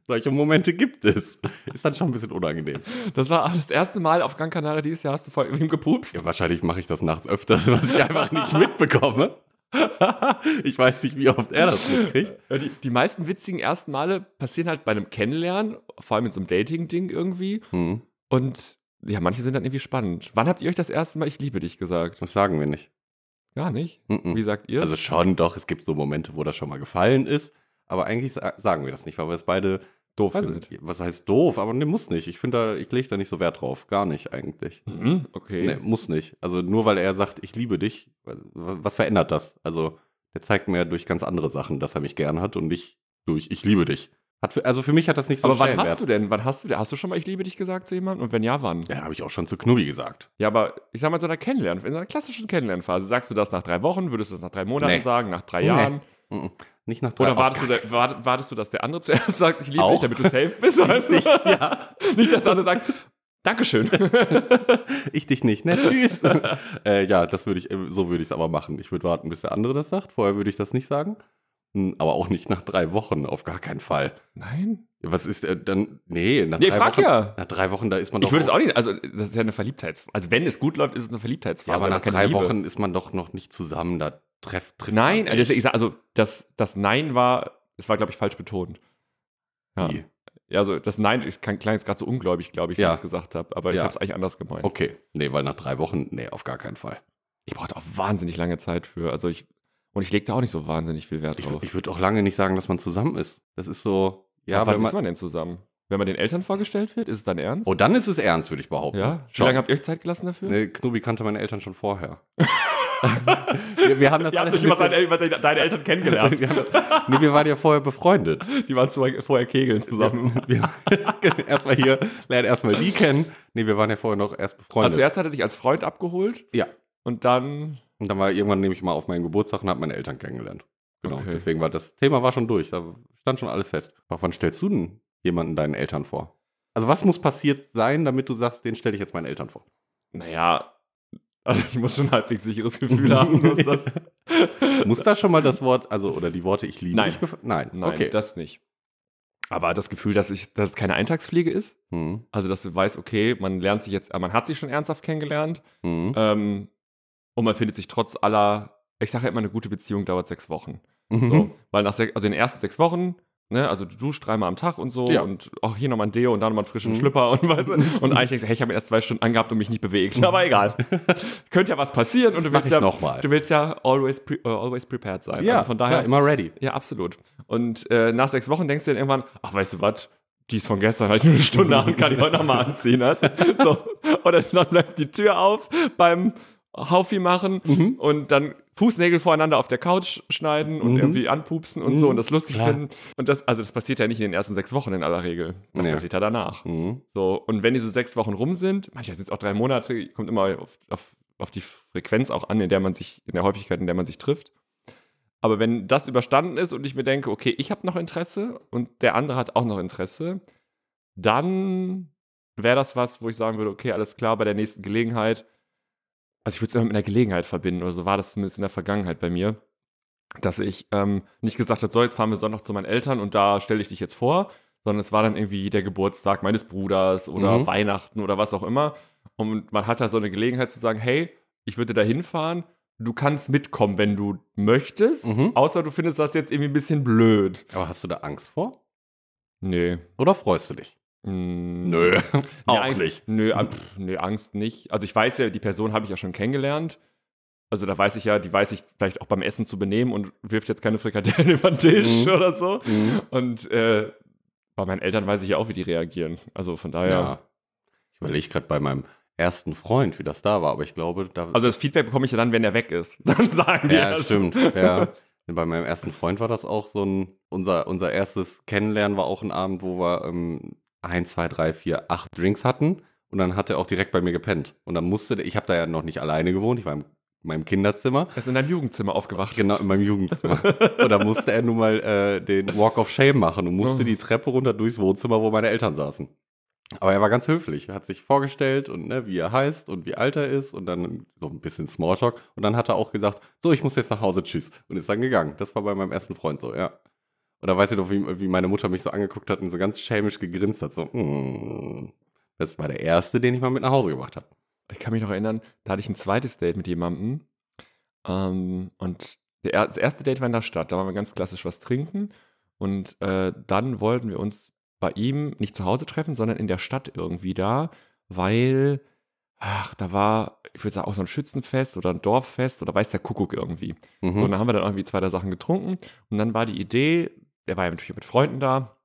Solche Momente gibt es. Ist dann schon ein bisschen unangenehm. Das war das erste Mal auf Gran Canaria dieses Jahr. Hast du vor wem gepupst? Ja, wahrscheinlich mache ich das nachts öfters, was ich einfach nicht mitbekomme. Ich weiß nicht, wie oft er das mitkriegt. Ja, Die, die meisten witzigen ersten Male passieren halt bei einem Kennenlernen, vor allem in so einem Dating-Ding irgendwie. Hm, Und ja, manche sind dann irgendwie spannend. Wann habt ihr euch das erste Mal Ich liebe dich gesagt? das sagen wir nicht. Gar nicht. Mhm. Wie sagt ihr? Also schon, doch, es gibt so Momente, wo das schon mal gefallen ist. Aber eigentlich sa- sagen wir das nicht, weil wir es beide, doof weiß findet. ich, was heißt doof, aber ne, muss nicht. Ich finde da, ich lege da nicht so Wert drauf. Gar nicht eigentlich. Mhm, okay. Nee, muss nicht. Also nur weil er sagt, ich liebe dich, w- was verändert das? Also er zeigt mir ja durch ganz andere Sachen, dass er mich gern hat und nicht durch ich liebe dich. Hat für, also für mich hat das nicht so aber wann hast du denn? Wann hast du denn? Hast du schon mal Ich liebe dich gesagt zu jemandem? Und wenn ja, wann? Ja, habe ich auch schon zu Knubbi gesagt. Ja, aber ich sag mal, in so einer Kennenlern, in so einer klassischen Kennenlernphase, sagst du das nach drei Wochen, würdest du das nach drei Monaten Nee. sagen, nach drei Nee. Jahren? Mhm. Nicht nach drei Oder auf [laughs] wartest du, gar- der, wart, wartest du, dass der andere zuerst sagt, ich liebe Auch. dich, damit du safe [laughs] bist? Weißt Ich, du? ja, [laughs] Nicht, dass der andere sagt, [laughs] Dankeschön. [laughs] ich dich nicht, ne? Tschüss. äh, ja, das würde ich, äh, so würde ich es aber machen. Ich würde warten, bis der andere das sagt. Vorher würde ich das nicht sagen. Hm, Aber auch nicht nach drei Wochen, auf gar keinen Fall. Nein? Was ist äh, dann? Nee, nach Nee, drei frag Wochen. ja. Nach drei Wochen, da ist man doch. Ich würde es auch nicht, also das ist ja eine Verliebtheits... Also wenn es gut läuft, ist es eine Verliebtheitsphase. Ja, aber nach keine drei Liebe. Wochen ist man doch noch nicht zusammen. Da treff, trifft Nein, man also sich. ich sag, also das, das Nein war, es war, glaube ich, falsch betont. Ja. Wie? ja, also das Nein, ich kann, klang jetzt gerade so ungläubig, glaube ich, wie Ja. ich es gesagt habe, aber ich Ja. habe es eigentlich anders gemeint. Okay, nee, weil nach drei Wochen, nee, auf gar keinen Fall. Ich brauchte auch wahnsinnig lange Zeit für, also ich, und ich legte auch nicht so wahnsinnig viel Wert Ich, drauf. wür- ich würde auch lange nicht sagen, dass man zusammen ist. Das ist so, ja, Ab wann wenn ist man. man denn zusammen? Wenn man den Eltern vorgestellt wird, ist es dann ernst? Oh, dann ist es ernst, würde ich behaupten. ja? Wie Schon. lange habt ihr euch Zeit gelassen dafür? Nee, Knubi Ne, kannte meine Eltern schon [laughs] vorher. wir, wir haben das Ihr habt alles euch ein über bisschen, seine, über deine deine Eltern [laughs] kennengelernt. wir, haben das, nee, wir waren ja vorher befreundet. Die waren zu, vorher kegeln zusammen. Wir, wir, [laughs] erstmal hier, lern erstmal die kennen. Nee, wir waren ja vorher noch erst befreundet. Also zuerst hat er dich als Freund abgeholt ja. und dann Und dann war irgendwann nämlich mal auf meinen Geburtstag und habe meine Eltern kennengelernt. Genau. Okay. Deswegen war das Thema war schon durch. Da stand schon alles fest. Aber wann stellst du denn jemanden deinen Eltern vor? Also was muss passiert sein, damit du sagst, den stelle ich jetzt meinen Eltern vor? Naja, also ich muss schon ein halbwegs [laughs] sicheres Gefühl haben, dass das. Muss da schon mal das Wort, also oder die Worte ich liebe Nein. dich gef- Nein. Nein, okay. das nicht. Aber das Gefühl, dass ich, dass es keine Eintagspflege ist, hm. also dass du weißt, okay, man lernt sich jetzt, man hat sich schon ernsthaft kennengelernt Hm. ähm, und man findet sich trotz aller, ich sage ja immer, eine gute Beziehung dauert sechs Wochen. Mhm. Äh, So, weil nach sechs, also in den ersten sechs Wochen, ne, also du duschst dreimal am Tag und so Ja. und auch hier nochmal ein Deo und da nochmal einen frischen Mhm. Schlüpper und [laughs] weißt du, und eigentlich denkst du, hey, ich habe mir erst zwei Stunden angehabt und mich nicht bewegt, [laughs] aber egal. Könnte ja was passieren und du Mach willst ich ja nochmal. Du willst ja always, pre äh, always prepared sein. also von daher. klar, immer ready. ja, absolut. Und äh, nach sechs Wochen denkst du dann irgendwann, ach, weißt du was? Die ist von gestern, hatte ich nur eine Stunde an, kann ich heute nochmal anziehen. Weißt? [laughs] du? So. Oder dann bleibt die Tür auf beim Haufi machen Mhm. und dann Fußnägel voreinander auf der Couch schneiden und Mhm. irgendwie anpupsen und Mhm. so und das lustig Klar. finden. Und das, also das passiert ja nicht in den ersten sechs Wochen in aller Regel. Das Nee. passiert ja danach. Mhm. So, und wenn diese sechs Wochen rum sind, manchmal sind es auch drei Monate, kommt immer auf, auf, auf die Frequenz auch an, in der man sich, in der Häufigkeit, in der man sich trifft. Aber wenn das überstanden ist und ich mir denke, okay, ich habe noch Interesse und der andere hat auch noch Interesse, dann wäre das was, wo ich sagen würde, okay, alles klar, bei der nächsten Gelegenheit, also ich würde es immer mit einer Gelegenheit verbinden, oder so war das zumindest in der Vergangenheit bei mir, dass ich ähm, nicht gesagt habe, so, jetzt fahren wir Sonntag zu meinen Eltern und da stelle ich dich jetzt vor, sondern es war dann irgendwie der Geburtstag meines Bruders oder Mhm. Weihnachten oder was auch immer. Und man hat da so eine Gelegenheit zu sagen, hey, ich würde da hinfahren, du kannst mitkommen, wenn du möchtest, Mhm. außer du findest das jetzt irgendwie ein bisschen blöd. Aber hast du da Angst vor? Nee. Oder freust du dich? Mm. [laughs] auch Nee, eigentlich- nicht. Mhm. Nö, ab- pff, nö, Angst nicht. Also ich weiß ja, die Person habe ich ja schon kennengelernt. Also da weiß ich ja, die weiß ich vielleicht auch beim Essen zu benehmen und wirft jetzt keine Frikadellen [laughs] über den Tisch Mhm. oder so. Mhm. Und äh, bei meinen Eltern weiß ich ja auch, wie die reagieren. Also von daher. Ja. Ich überlege gerade bei meinem ersten Freund, wie das da war, aber ich glaube, da. Also das Feedback bekomme ich ja dann, wenn er weg ist. [laughs] Dann sagen die ja, erst. stimmt. [laughs] Ja. Bei meinem ersten Freund war das auch so ein. Unser, unser erstes Kennenlernen war auch ein Abend, wo wir ähm, 1, 2, 3, 4, 8 Drinks hatten. Und dann hat er auch direkt bei mir gepennt. Und dann musste der, ich habe da ja noch nicht alleine gewohnt, ich war in meinem Kinderzimmer. Er ist in deinem Jugendzimmer aufgewacht. Genau, in meinem Jugendzimmer. Und da musste er nun mal äh, den Walk of Shame machen und musste Oh. die Treppe runter durchs Wohnzimmer, wo meine Eltern saßen. Aber er war ganz höflich, hat sich vorgestellt und ne, wie er heißt und wie alt er ist und dann so ein bisschen Smalltalk. Und dann hat er auch gesagt, so, ich muss jetzt nach Hause, tschüss. Und ist dann gegangen. Das war bei meinem ersten Freund so, ja. Und da weiß ich noch, wie, wie meine Mutter mich so angeguckt hat und so ganz schelmisch gegrinst hat. So, mm. das war der erste, den ich mal mit nach Hause gebracht habe. ich kann mich noch erinnern, da hatte ich ein zweites Date mit jemandem. Ähm, und der, er- das erste Date war in der Stadt. Da waren wir ganz klassisch was trinken. Und äh, dann wollten wir uns bei ihm nicht zu Hause treffen, sondern in der Stadt irgendwie da, weil, ach, da war, ich würde sagen, auch so ein Schützenfest oder ein Dorffest oder weiß der Kuckuck irgendwie. Mhm. So, und dann haben wir dann irgendwie zwei, drei Sachen getrunken. Und dann war die Idee, der war ja natürlich mit Freunden da.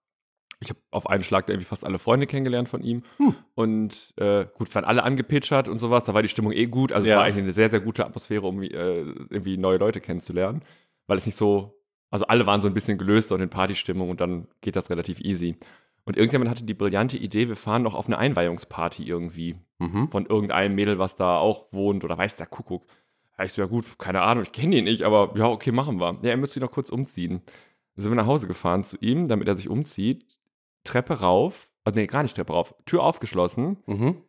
Ich habe auf einen Schlag da irgendwie fast alle Freunde kennengelernt von ihm. Hm. Und äh, gut, es waren alle angepitchert und sowas. Da war die Stimmung eh gut. Also Ja. es war eigentlich eine sehr, sehr gute Atmosphäre, um äh, irgendwie neue Leute kennenzulernen. Weil es nicht so, also alle waren so ein bisschen gelöst und in Partystimmung und dann geht das relativ easy. Und irgendjemand hatte die brillante Idee, wir fahren noch auf eine Einweihungsparty irgendwie Mhm. von irgendeinem Mädel, was da auch wohnt oder weiß der Kuckuck. Da ich so, ja gut, keine Ahnung, ich kenne ihn nicht, aber ja, okay, machen wir. Ja, er müsste ihn noch kurz umziehen. Dann sind wir nach Hause gefahren zu ihm, damit er sich umzieht. Treppe rauf, oh, nee, gar nicht Treppe rauf, Tür aufgeschlossen. Mhm.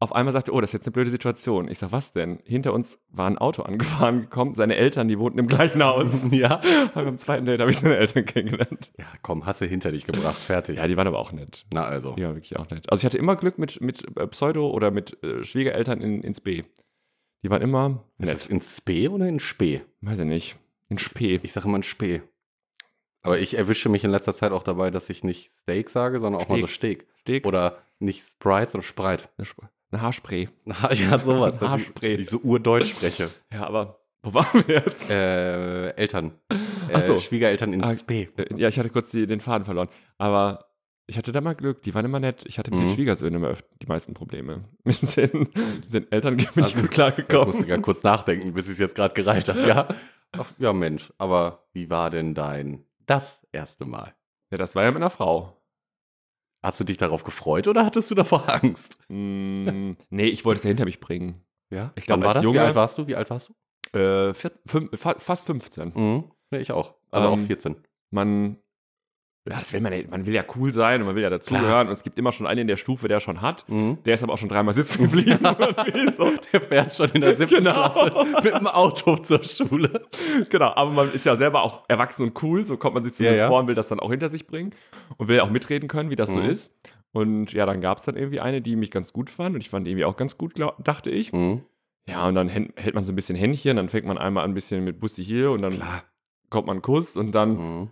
Auf einmal sagte er, oh, das ist jetzt eine blöde Situation. Ich sag, was denn? Hinter uns war ein Auto angefahren gekommen, seine Eltern, die wohnten im gleichen Haus. [laughs] [laughs] Ja. Aber Beim zweiten Date habe ich seine Eltern kennengelernt. Ja, komm, hast du hinter dich gebracht, fertig. Ja, die waren aber auch nett. Na also. Die waren wirklich auch nett. Also ich hatte immer Glück mit, mit äh, Pseudo oder mit äh, Schwiegereltern in, ins B. Die waren immer Ist nett. das in Spee oder in Spee? Weiß ich nicht. In Spee. Ich sage immer in Spee. Aber ich erwische mich in letzter Zeit auch dabei, dass ich nicht Steak sage, sondern auch mal so Steak. Steg. Oder nicht Sprite, sondern Sprite. Eine, Sp- eine Haarspray. Ja, sowas. dass ich- Haarspray. Ich so urdeutsch spreche. Ja, aber wo waren wir jetzt? Äh, Eltern. Äh, Ach so. Schwiegereltern in Ah. Spee. Ja, ich hatte kurz die, den Faden verloren. Aber ich hatte da mal Glück. Die waren immer nett. Ich hatte mit Mhm. den Schwiegersöhnen immer öf- die meisten Probleme. [laughs] Mit den, den Eltern bin Also, ich gut Ich musste klargekommen. gerade kurz nachdenken, bis ich es jetzt gerade gereicht habe. Ja. Ach, ja, Mensch. Aber wie war denn dein das erste Mal? Ja, das war ja mit einer [laughs] Frau. Hast du dich darauf gefreut oder hattest du davor [laughs] Angst? Mm, nee, ich wollte es ja hinter mich bringen. Ja, Ich glaub, Wann war als das? Wie Junge- alt warst du? Wie alt warst du? Äh, vier, fünf, fa fast 15. Mhm. Nee, ich auch. Also Ähm, auch 14. man, ja, das will man, ja- man will ja cool sein und man will ja dazugehören. Und es gibt immer schon einen in der Stufe, der schon hat. Mhm. Der ist aber auch schon dreimal sitzen geblieben. [laughs] oder wie so. [laughs] Der fährt schon in der siebten [laughs] Genau. Klasse mit dem Auto zur Schule. genau, aber man ist ja selber auch erwachsen und cool, so kommt man sich zumindest Ja, ja. vor und will das dann auch hinter sich bringen und will ja auch mitreden können, wie das so Mhm. ist. Und ja, dann gab es dann irgendwie eine, die mich ganz gut fand und ich fand die irgendwie auch ganz gut, glaub, dachte ich. Mhm. Ja, und dann hän- hält man so ein bisschen Händchen, dann fängt man einmal ein bisschen mit Bussi hier und dann Klar. kommt man einen Kuss und dann, Mhm.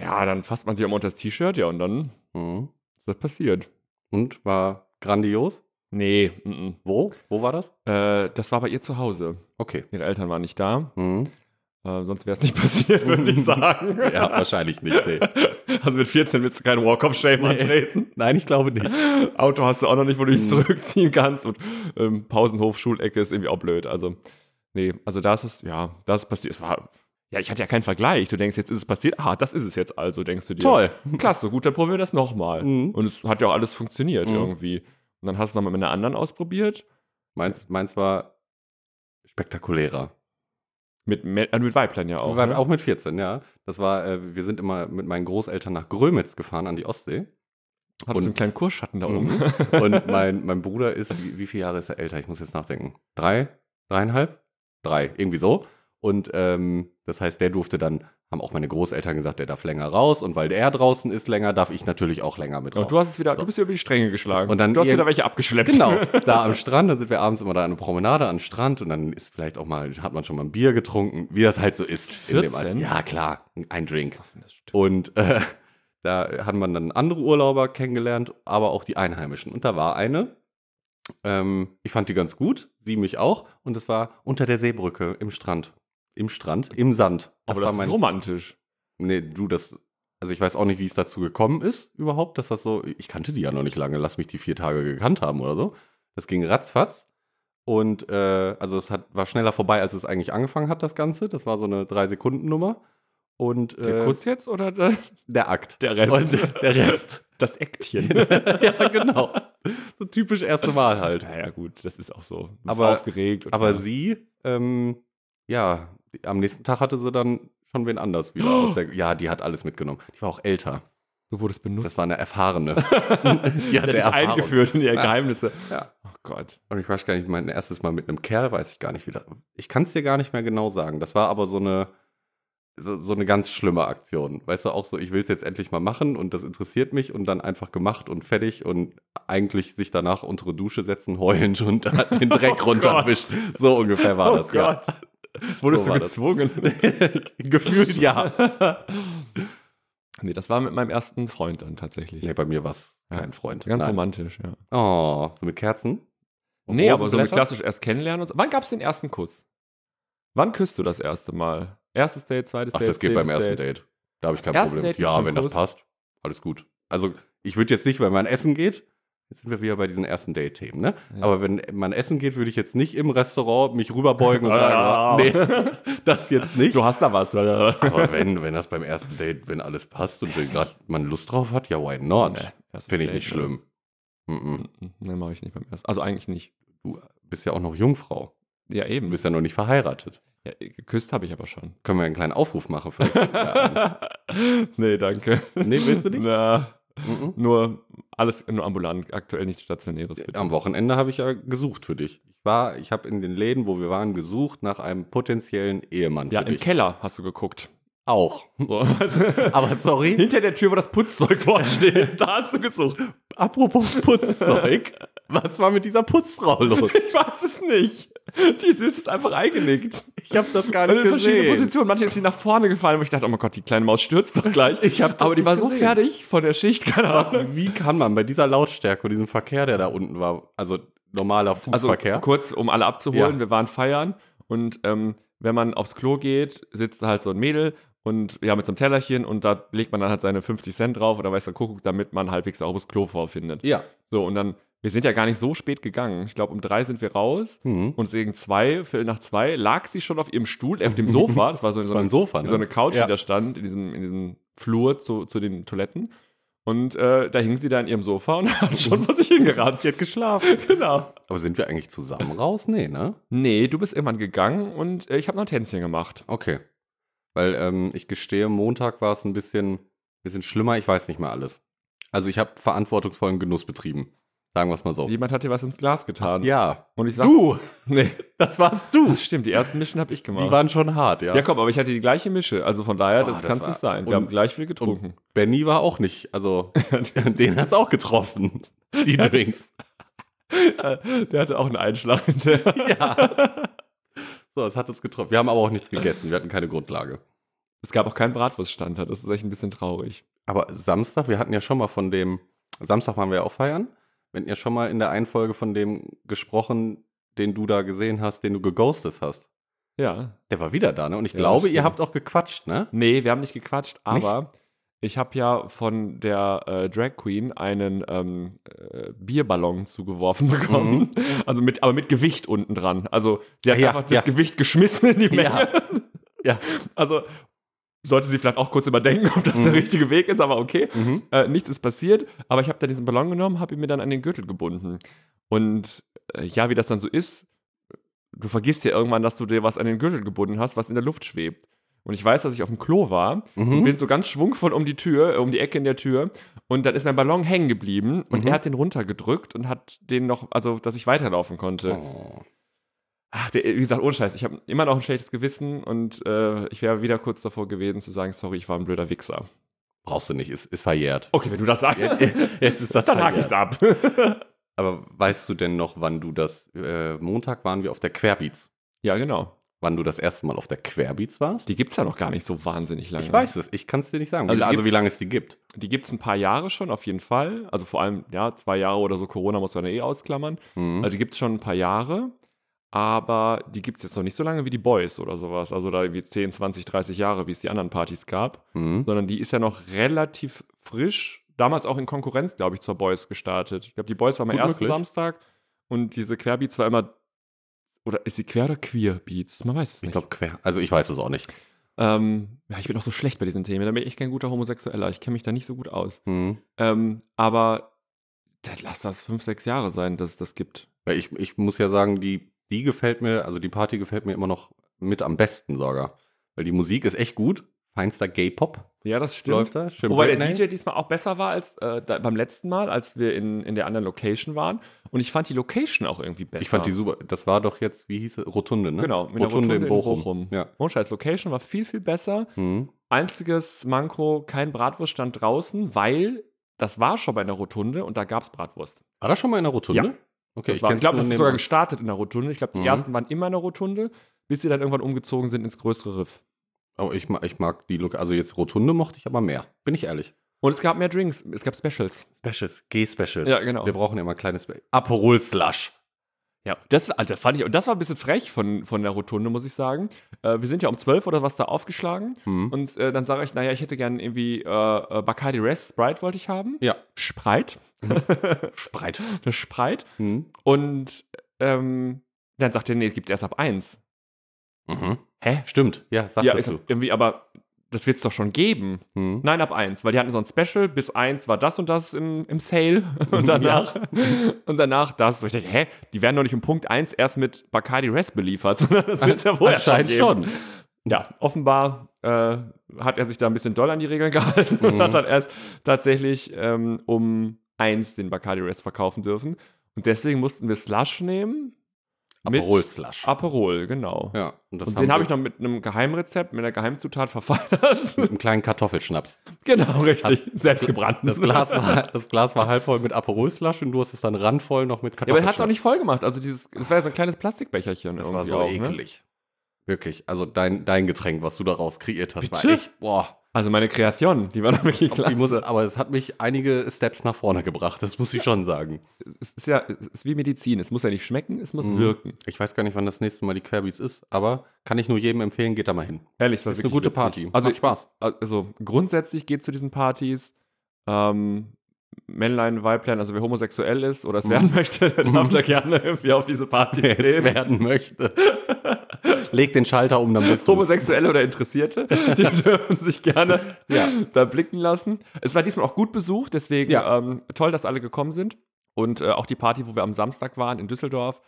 ja, dann fasst man sich immer unter das T-Shirt, ja, und dann Mhm. ist das passiert. Und war grandios. Nee, mhm. Wo? Wo war das? äh, das war bei ihr zu Hause. Okay. Ihre Eltern waren nicht da, Mhm. äh, sonst wäre es nicht [laughs] passiert, würde ich sagen. [laughs] Ja, wahrscheinlich nicht. Nee. Also mit 14 willst du keinen Walk of Shame Nee. antreten. [laughs] Nein, ich glaube nicht. Auto hast du auch noch nicht, wo du dich Mhm. zurückziehen kannst. Und ähm, Pausenhof, Schulecke ist irgendwie auch blöd. Also, nee, also das ist, ja, das ist passiert. Es war, ja, ich hatte ja keinen Vergleich. Du denkst, jetzt ist es passiert. Ah, das ist es jetzt also, denkst du dir. [laughs] Toll. Klasse, gut, dann probieren wir das nochmal. Mhm. Und es hat ja auch alles funktioniert Mhm. irgendwie. Und dann hast du es nochmal mit einer anderen ausprobiert. Meins, meins war spektakulärer. Mit, Me- äh, mit Weiblein ja auch. War, ne? auch mit 14, ja. Das war, äh, wir sind immer mit meinen Großeltern nach Grömitz gefahren an die Ostsee. Hattest du und- Mhm. einen kleinen Kursschatten da oben. [laughs] Und mein, mein Bruder ist, wie, wie viele Jahre ist er älter? Ich muss jetzt nachdenken. Drei? Dreieinhalb? Drei, irgendwie so. Und ähm, das heißt, der durfte dann, haben auch meine Großeltern gesagt, der darf länger raus. Und weil der draußen ist länger, darf ich natürlich auch länger mit raus. Und Oh, du hast es wieder, So. du bist über die Stränge geschlagen. Und dann du hast irgend- wieder welche abgeschleppt. [laughs] [laughs] Genau, da am Strand, dann sind wir abends immer da an eine Promenade am Strand und dann ist vielleicht auch mal, hat man schon mal ein Bier getrunken, wie das halt so ist in dem 14? Alter. Ja, klar, ein Drink. Das stimmt. Und äh, [laughs] da hat man dann andere Urlauber kennengelernt, aber auch die Einheimischen. Und da war eine, ähm, ich fand die ganz gut, sie mich auch, und es war unter der Seebrücke im Strand. Im Strand, im Sand. Aber das, ist romantisch. Nee, du, das. Also ich weiß auch nicht, wie es dazu gekommen ist überhaupt, dass das so. Ich kannte die ja noch nicht lange, lass mich die vier Tage gekannt haben oder so. Das ging ratzfatz. Und äh, also es hat, war schneller vorbei, als es eigentlich angefangen hat, das Ganze. Das war so eine Drei-Sekunden-Nummer. Und Der äh, Kuss jetzt oder der, der Akt. der Rest? Und der Rest. [laughs] das Eckchen. [laughs] ja, genau. So typisch erste Mal halt. naja, gut, das ist auch so. Du bist Aber- aufgeregt. und- Aber sie, ähm, ja, am nächsten Tag hatte sie dann schon wen anders wieder. Aus [gasps] der, ja, die hat alles mitgenommen. Die war auch älter. du wurdest benutzt. [laughs] Das war eine erfahrene. die hatte dich Erfahrung. eingeführt in ihre Ja. Geheimnisse. Ja. Oh Gott. Und ich weiß gar nicht, mein erstes Mal mit einem Kerl, weiß ich gar nicht wieder. Ich kann es dir gar nicht mehr genau sagen. Das war aber so eine, so, so eine ganz schlimme Aktion. Weißt du, auch so, ich will es jetzt endlich mal machen und das interessiert mich und dann einfach gemacht und fertig und eigentlich sich danach unsere Dusche setzen, [laughs] heulend und [laughs] den Dreck Oh runterwischen. So ungefähr war oh das, ja. Gott. Wurdest So du war das. gezwungen? [laughs] Gefühlt [laughs] ja. nee, das war mit meinem ersten Freund dann tatsächlich. Nee, bei mir war es Ja. kein Freund. Ganz Nein. romantisch, ja. Oh, so mit Kerzen? Und nee, aber so mit Rosenblätter? klassisch erst kennenlernen und so. Wann gab es den ersten Kuss? Wann küsst du das erste Mal? Erstes Date, zweites Ach, Date? das geht beim zehntes ersten Date. Da habe ich kein Ersten Problem. Date ja, gibt's wenn einen das Kuss. passt, alles gut. Also ich würde jetzt nicht, wenn man essen geht, jetzt sind wir wieder bei diesen ersten Date-Themen, ne? Ja. Aber wenn man essen geht, würde ich jetzt nicht im Restaurant mich [laughs] rüberbeugen und Ah. sagen, nee, das jetzt nicht. [laughs] Du hast da was. Aber wenn, wenn das beim ersten Date, wenn alles passt und wenn gerade man Lust drauf hat, ja, why not? Finde ne? ich nicht schlimm. Mm, Hm. Mhm. Nein, mache ich nicht beim ersten. Also eigentlich nicht. Du bist ja auch noch Jungfrau. Ja, Du eben. bist ja noch nicht verheiratet. Ja, geküsst habe ich aber schon. Können wir einen kleinen Aufruf machen? [laughs] Vielleicht? [laughs] ja. nee, danke. Nee, willst du nicht? Na, mhm. nur alles nur ambulant, aktuell nichts Stationäres. Bitte. Am Wochenende habe ich ja gesucht für dich. Ich war, ich habe in den Läden, wo wir waren, gesucht nach einem potenziellen Ehemann ja, für im dich. Keller hast du geguckt. [laughs] Auch. So, [laughs] also- Aber sorry, Hinter der Tür, wo das Putzzeug [laughs] vorsteht, da hast du gesucht. apropos Putzzeug, was war mit dieser Putzfrau [laughs] los? Ich weiß es nicht. Die Süße ist einfach eingenickt. [laughs] Ich habe das gar Also nicht in verschiedene gesehen. Positionen. Manche ist sie nach vorne gefallen, wo ich dachte, oh mein Gott, die kleine Maus stürzt doch gleich. Ich hab das Aber die war nicht so gesehen. fertig von der Schicht, keine Ahnung. Wie kann man bei dieser Lautstärke und diesem Verkehr, der da unten war, also normaler Also Fußverkehr, kurz, um alle abzuholen, Ja. wir waren feiern und ähm, wenn man aufs Klo geht, sitzt halt so ein Mädel und ja, mit so einem Tellerchen und da legt man dann halt seine 50 Cent drauf oder weiß der Kuckuck, damit man halbwegs sauberes Klo vorfindet. ja, So, und dann, wir sind ja gar nicht so spät gegangen. Ich glaube, um drei sind wir raus mhm. und gegen zwei, Viertel nach zwei, lag sie schon auf ihrem Stuhl, äh, auf dem Sofa. Das [laughs] war so, so das war eine ein Sofa, ne? so eine Couch, ja. die da stand, in diesem, in diesem Flur zu, zu den Toiletten. Und äh, da hing sie da in ihrem Sofa und [laughs] hat schon vor sich Die hingeratzt. hat geschlafen. genau. Aber sind wir eigentlich zusammen raus? Nee, ne? Nee, du bist irgendwann gegangen und äh, ich habe noch ein Tänzchen gemacht. Okay. Weil ähm, ich gestehe, Montag war es ein bisschen, bisschen schlimmer. Ich weiß nicht mehr alles. Also ich habe verantwortungsvollen Genuss betrieben. Sagen wir es mal so. Jemand hat dir was ins Glas getan. Ja. Und ich sag, Du! nee, Das warst du! das stimmt, die ersten Mischen habe ich Die gemacht. waren schon hart, ja. ja, komm, aber ich hatte die gleiche Mische. Also von daher, Oh, das das, kann es war- nicht sein. und- Wir haben gleich viel [laughs] getrunken. Benny war auch nicht. [laughs] Also, den hat's auch getroffen. Die Drinks. Der hatte auch einen Einschlag hinterher. ja. So, es hat uns getroffen. Wir haben aber auch nichts gegessen. Wir hatten keine Grundlage. Es gab auch keinen Bratwurststand, das ist echt ein bisschen traurig. Aber Samstag, wir hatten ja schon mal von dem, Samstag waren wir ja auch feiern. Wir hatten ja schon mal in der einen Folge von dem gesprochen, den du da gesehen hast, den du geghostet hast. Ja, Der war wieder da, ne? Und ich Ja, glaube, stimmt. ihr habt auch gequatscht, ne? Nee, wir haben nicht gequatscht, aber ich habe ja von der äh, Drag Queen einen ähm, äh, Bierballon zugeworfen [laughs] bekommen. Also mit, aber mit Gewicht unten dran. Also sie hat Mhm. Ah Ja, einfach ja. das Gewicht geschmissen in die Menge. Ja. Ja. [laughs] Also sollte sie vielleicht auch kurz überdenken, ob das Mhm. der richtige Weg ist, aber okay. Mhm. Äh, nichts ist passiert, aber ich habe dann diesen Ballon genommen, habe ihn mir dann an den Gürtel gebunden. Und äh, ja, wie das dann so ist, du vergisst ja irgendwann, dass du dir was an den Gürtel gebunden hast, was in der Luft schwebt. Und ich weiß, dass ich auf dem Klo war und Mhm. bin so ganz schwungvoll um die Tür, äh, um die Ecke in der Tür. Und dann ist mein Ballon hängen geblieben und Mhm. er hat den runtergedrückt und hat den noch, also dass ich weiterlaufen konnte. Oh. Ach, der, wie gesagt, ohne Scheiß, ich habe immer noch ein schlechtes Gewissen und äh, ich wäre wieder kurz davor gewesen zu sagen, sorry, ich war ein blöder Wichser. Brauchst du nicht, ist, ist verjährt. Okay, wenn du das sagst, [laughs] Jetzt, [laughs] jetzt ist das dann hake ich's verjährt. ab. Aber weißt du denn noch, wann du das, äh, Montag waren wir auf der Querbeats. Ja, genau. Wann du das erste Mal auf der Querbeats warst? Die gibt es ja noch gar nicht so wahnsinnig lange. Ich weiß es, ich kann es dir nicht sagen. Also Also, die also wie gibt's- lange es die gibt. Die gibt es ein paar Jahre schon, auf jeden Fall. Also vor allem, ja, zwei Jahre oder so, Corona muss man ja eh ausklammern. Mhm. Also die gibt es schon ein paar Jahre, aber die gibt es jetzt noch nicht so lange wie die Boys oder sowas. Also da irgendwie 10, 20, 30 Jahre, wie es die anderen Partys gab. mhm. Sondern die ist ja noch relativ frisch, damals auch in Konkurrenz, glaube ich, zur Boys gestartet. Ich glaube, die Boys war mein Gut erster möglich. Samstag und diese Querbeats war immer, oder ist sie quer oder queer Beats? Man weiß es Ich nicht. glaube quer. Also ich weiß es auch nicht. Ähm, ja, ich bin auch so schlecht bei diesen Themen. Da bin ich echt kein guter Homosexueller. Ich kenne mich da nicht so gut aus. Mhm. Ähm, aber dann lass das fünf, sechs Jahre sein, dass es das gibt. Weil ich, ich muss ja sagen, die, die gefällt mir, also die Party gefällt mir immer noch mit am besten sogar. Weil die Musik ist echt gut, Feinster Gay-Pop Ja, das stimmt. läuft da. Schön Wobei der Britney. DJ diesmal auch besser war als äh, da, beim letzten Mal, als wir in, in der anderen Location waren. Und ich fand die Location auch irgendwie besser. Ich fand die super. Das war doch jetzt, wie hieß es? Rotunde, ne? Genau, mit der Rotunde, in Bochum. Ja. Oh, scheiß Location war viel, viel besser. Hm. Einziges Manko, kein Bratwurst stand draußen, weil das war schon bei einer Rotunde und da gab es Bratwurst. War das schon mal in der Rotunde? Ja. Okay, das war, ich glaube, das ist sogar sogar gestartet in der Rotunde. Ich glaube, die Mhm. ersten waren immer in der Rotunde, bis sie dann irgendwann umgezogen sind ins größere Riff. Aber Oh, ich, ma- ich mag die Look. Also jetzt Rotunde mochte ich aber mehr. Bin ich ehrlich. Und es gab mehr Drinks, es gab Specials. Specials, G-Specials. Ja, genau. Wir brauchen ja mal ein kleines Spe- Aperol Slush. Ja, das war- also fand ich, und das war ein bisschen frech von, von der Rotunde, muss ich sagen. Äh, wir sind ja um 12 oder was da aufgeschlagen. Hm. Und äh, dann sage ich, naja, ich hätte gern irgendwie äh, äh, Bacardi Rest, Sprite wollte ich haben. Ja. Mhm. Sprite. [laughs] Spreit. Eine Sprite. Hm. Und ähm, dann sagt er, nee, es gibt erst ab 1. Mhm. Hä? Stimmt. Ja, ja, sagtest ist du. irgendwie, aber das wird es doch schon geben. Hm. Nein, ab 1, weil die hatten so ein Special, bis 1 war das und das im, im Sale [laughs] und danach, und danach das. Und ich dachte, hä, die werden doch nicht um Punkt 1 erst mit Bacardi Rest beliefert, [laughs] sondern das wird es ja wohl Anscheinend schon. Ja, offenbar äh, hat er sich da ein bisschen doll an die Regeln [laughs] gehalten und Mhm. hat dann erst tatsächlich ähm, um 1 den Bacardi Rest verkaufen dürfen. Und deswegen mussten wir Slush nehmen, Mit- Aperol Slush. Aperol, genau. ja. Und, das und den habe wir ich noch mit einem Geheimrezept, mit einer Geheimzutat verfeinert. [laughs] mit einem kleinen Kartoffelschnaps. genau, richtig. Selbstgebrannt. Das Glas war, das Glas war halb voll mit Aperol Slush und du hast es dann randvoll noch mit Ja, aber er Kartoffelschnaps. hat es auch nicht voll gemacht. Also dieses, das war ja so ein kleines Plastikbecherchen. Das war irgendwie so auch, Ne? ekelig. Wirklich. Also dein, dein Getränk, was du daraus kreiert hast, Bitte? war echt, boah. Also meine Kreation, die war doch wirklich klasse. Ich muss, aber es hat mich einige Steps nach vorne gebracht, das muss ich schon sagen. es ist ja, es ist wie Medizin. Es muss ja nicht schmecken, es muss Mhm. wirken. Ich weiß gar nicht, wann das nächste Mal die Querbeats ist, aber kann ich nur jedem empfehlen, geht da mal hin. Ehrlich, es war Ist eine wirklich gute witzig. Party. Also, Macht Spaß. also grundsätzlich geht zu diesen Partys. Ähm, Männlein, Weiblein, also wer homosexuell ist oder es Mhm. werden möchte, [laughs] der darf Mhm. da gerne irgendwie auf [laughs] diese [laughs] Party Wer es werden [laughs] möchte. Leg den Schalter um, dann bist du. Homosexuelle oder Interessierte, die [laughs] dürfen sich gerne Ja. da blicken lassen. Es war diesmal auch gut besucht, deswegen Ja. ähm, toll, dass alle gekommen sind. Und äh, auch die Party, wo wir am Samstag waren in Düsseldorf,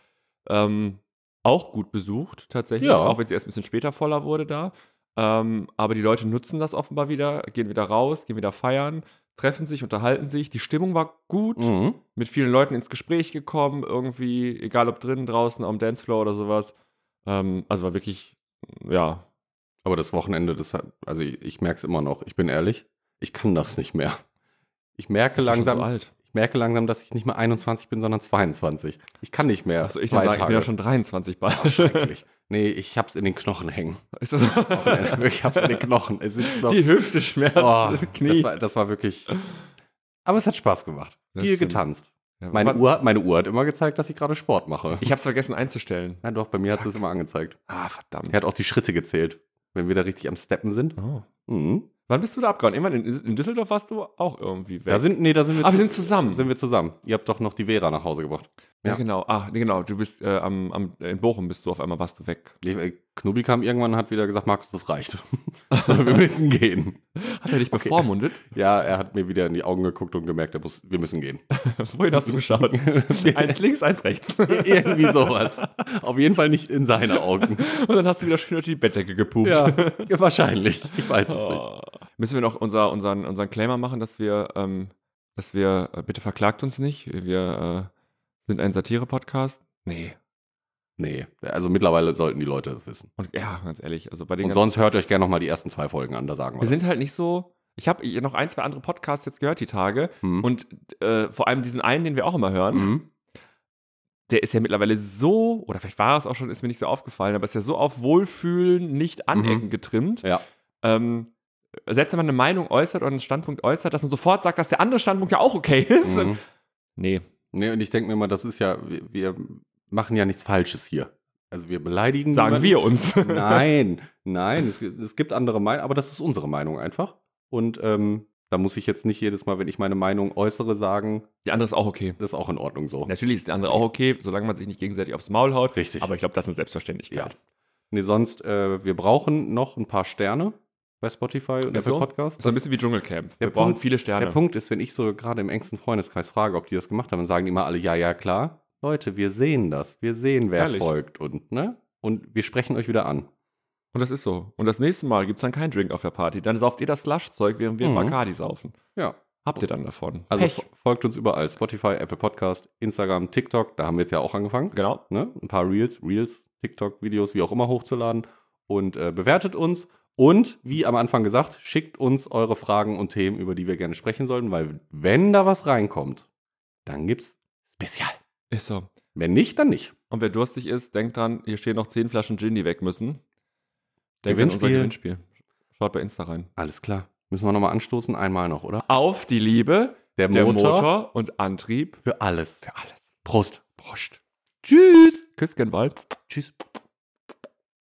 ähm, auch gut besucht tatsächlich, Ja. auch wenn sie erst ein bisschen später voller wurde da. Ähm, aber die Leute nutzen das offenbar wieder, gehen wieder raus, gehen wieder feiern, treffen sich, unterhalten sich. Die Stimmung war gut, Mhm. mit vielen Leuten ins Gespräch gekommen, irgendwie, egal ob drinnen, draußen, am Dancefloor oder sowas. Ähm, also war wirklich, ja, Aber das Wochenende, das hat, also ich, ich merke es immer noch, ich bin ehrlich, ich kann das nicht mehr. Ich merke bist du schon langsam, so alt. ich merke langsam, dass ich nicht mehr 21 bin, sondern 22. Ich kann nicht mehr. Achso, Also ich, dann sagen, ich bin ja schon 23 bald. Ach, [laughs] [laughs] schrecklich. Nee, ich hab's in den Knochen hängen. Ist das Wochenende. Ich hab's in den Knochen. Es sitzt noch. [laughs] Die Hüfte schmerzt, oh, das Knie. das, war, das war wirklich. Aber es hat Spaß gemacht. Das Viel stimmt. getanzt. Ja, Meine Mann, Uhr, meine Uhr hat immer gezeigt, dass ich gerade Sport mache. Ich hab's vergessen einzustellen. Nein, doch, bei mir hat es immer angezeigt. Ah, verdammt. Er hat auch die Schritte gezählt, wenn wir da richtig am Steppen sind. Oh. Mhm. Wann bist du da abgehauen? Immer in, in Düsseldorf warst du auch irgendwie weg. Da sind, nee, da sind wir, ah, wir zu- sind zusammen. sind wir zusammen. Ihr habt doch noch die Vera nach Hause gebracht. ja. ja. genau. Ah, nee, genau. Du bist äh, am, am, in Bochum bist du auf einmal warst du weg. Ich- äh, Knubi kam irgendwann und hat wieder gesagt, Markus, das [laughs] reicht. [laughs] wir müssen gehen. Hat er dich bevormundet? [laughs] Ja, er hat mir wieder in die Augen geguckt und gemerkt, er muss, wir müssen gehen. Wohin hast [laughs] du geschaut? eins links, eins rechts. Irgendwie sowas. Auf jeden Fall nicht in seine [laughs] Augen. Und dann hast du wieder schön durch die Bettdecke gepupst. [laughs] Ja, [laughs] wahrscheinlich. Ich weiß es nicht. Oh. Müssen wir noch unser, unseren, unseren Claimer machen, dass wir, ähm, dass wir, äh, bitte verklagt uns nicht, wir äh, sind ein Satire-Podcast. Nee. Nee, also mittlerweile sollten die Leute es wissen. Und ja, ganz ehrlich, also bei den Und ganzen, sonst hört euch gerne nochmal die ersten zwei Folgen an, da sagen wir wir das. sind halt nicht so. Ich habe noch ein, zwei andere Podcasts jetzt gehört die Tage Hm. und äh, vor allem diesen einen, den wir auch immer hören, Mhm. der ist ja mittlerweile so, oder vielleicht war es auch schon, ist mir nicht so aufgefallen, aber ist ja so auf Wohlfühlen, nicht anecken Mhm. getrimmt. Ja. Ähm, selbst wenn man eine Meinung äußert oder einen Standpunkt äußert, dass man sofort sagt, dass der andere Standpunkt ja auch okay ist. Mhm. Nee, Nee, und ich denke mir mal, das ist ja, wir, wir machen ja nichts Falsches hier. Also wir beleidigen sagen niemanden. wir uns. Nein, nein, es, gibt- es gibt andere Meinungen, aber das ist unsere Meinung einfach. Und ähm, da muss ich jetzt nicht jedes Mal, wenn ich meine Meinung äußere, sagen, [laughs] Die andere ist auch okay. das ist auch in Ordnung so. Natürlich ist die andere auch okay, solange man sich nicht gegenseitig aufs Maul haut. Richtig. Aber ich glaube, das ist eine Selbstverständlichkeit. Nee, sonst, äh, wir brauchen noch ein paar Sterne bei Spotify und Ach so. Apple Podcasts. So ein bisschen wie Dschungelcamp. Der Wir brauchen Punkt- viele Sterne. der Punkt ist, wenn ich so gerade im engsten Freundeskreis frage, ob die das gemacht haben, dann sagen die immer alle, ja, ja, klar. Leute, wir sehen das. Wir sehen, wer Ehrlich? folgt und, ne? Und wir sprechen euch wieder an. Und das ist so. Und das nächste Mal gibt es dann keinen Drink auf der Party. Dann sauft ihr das Slush-Zeug, während wir Mhm. Bacardi saufen. Ja. Habt ihr dann davon. Also Pech. fo- folgt uns überall. Spotify, Apple Podcast, Instagram, TikTok. Da haben wir jetzt ja auch angefangen. genau. Ne? Ein paar Reels, Reels, TikTok-Videos, wie auch immer, hochzuladen. Und äh, bewertet uns. Und, wie am Anfang gesagt, schickt uns eure Fragen und Themen, über die wir gerne sprechen sollten. Weil wenn da was reinkommt, dann gibt's Spezial. Ist so. Wenn nicht, dann nicht. Und wer durstig ist, denkt dran, hier stehen noch 10 Flaschen Gin, die weg müssen. Denkt an unser Gewinnspiel. Gewinnspiel. Schaut bei Insta rein. Alles klar. Müssen wir nochmal anstoßen? Einmal noch, oder? Auf die Liebe, der Motor, und Antrieb für alles. für alles. Prost. Prost. Tschüss. Küss gen Wald. Tschüss.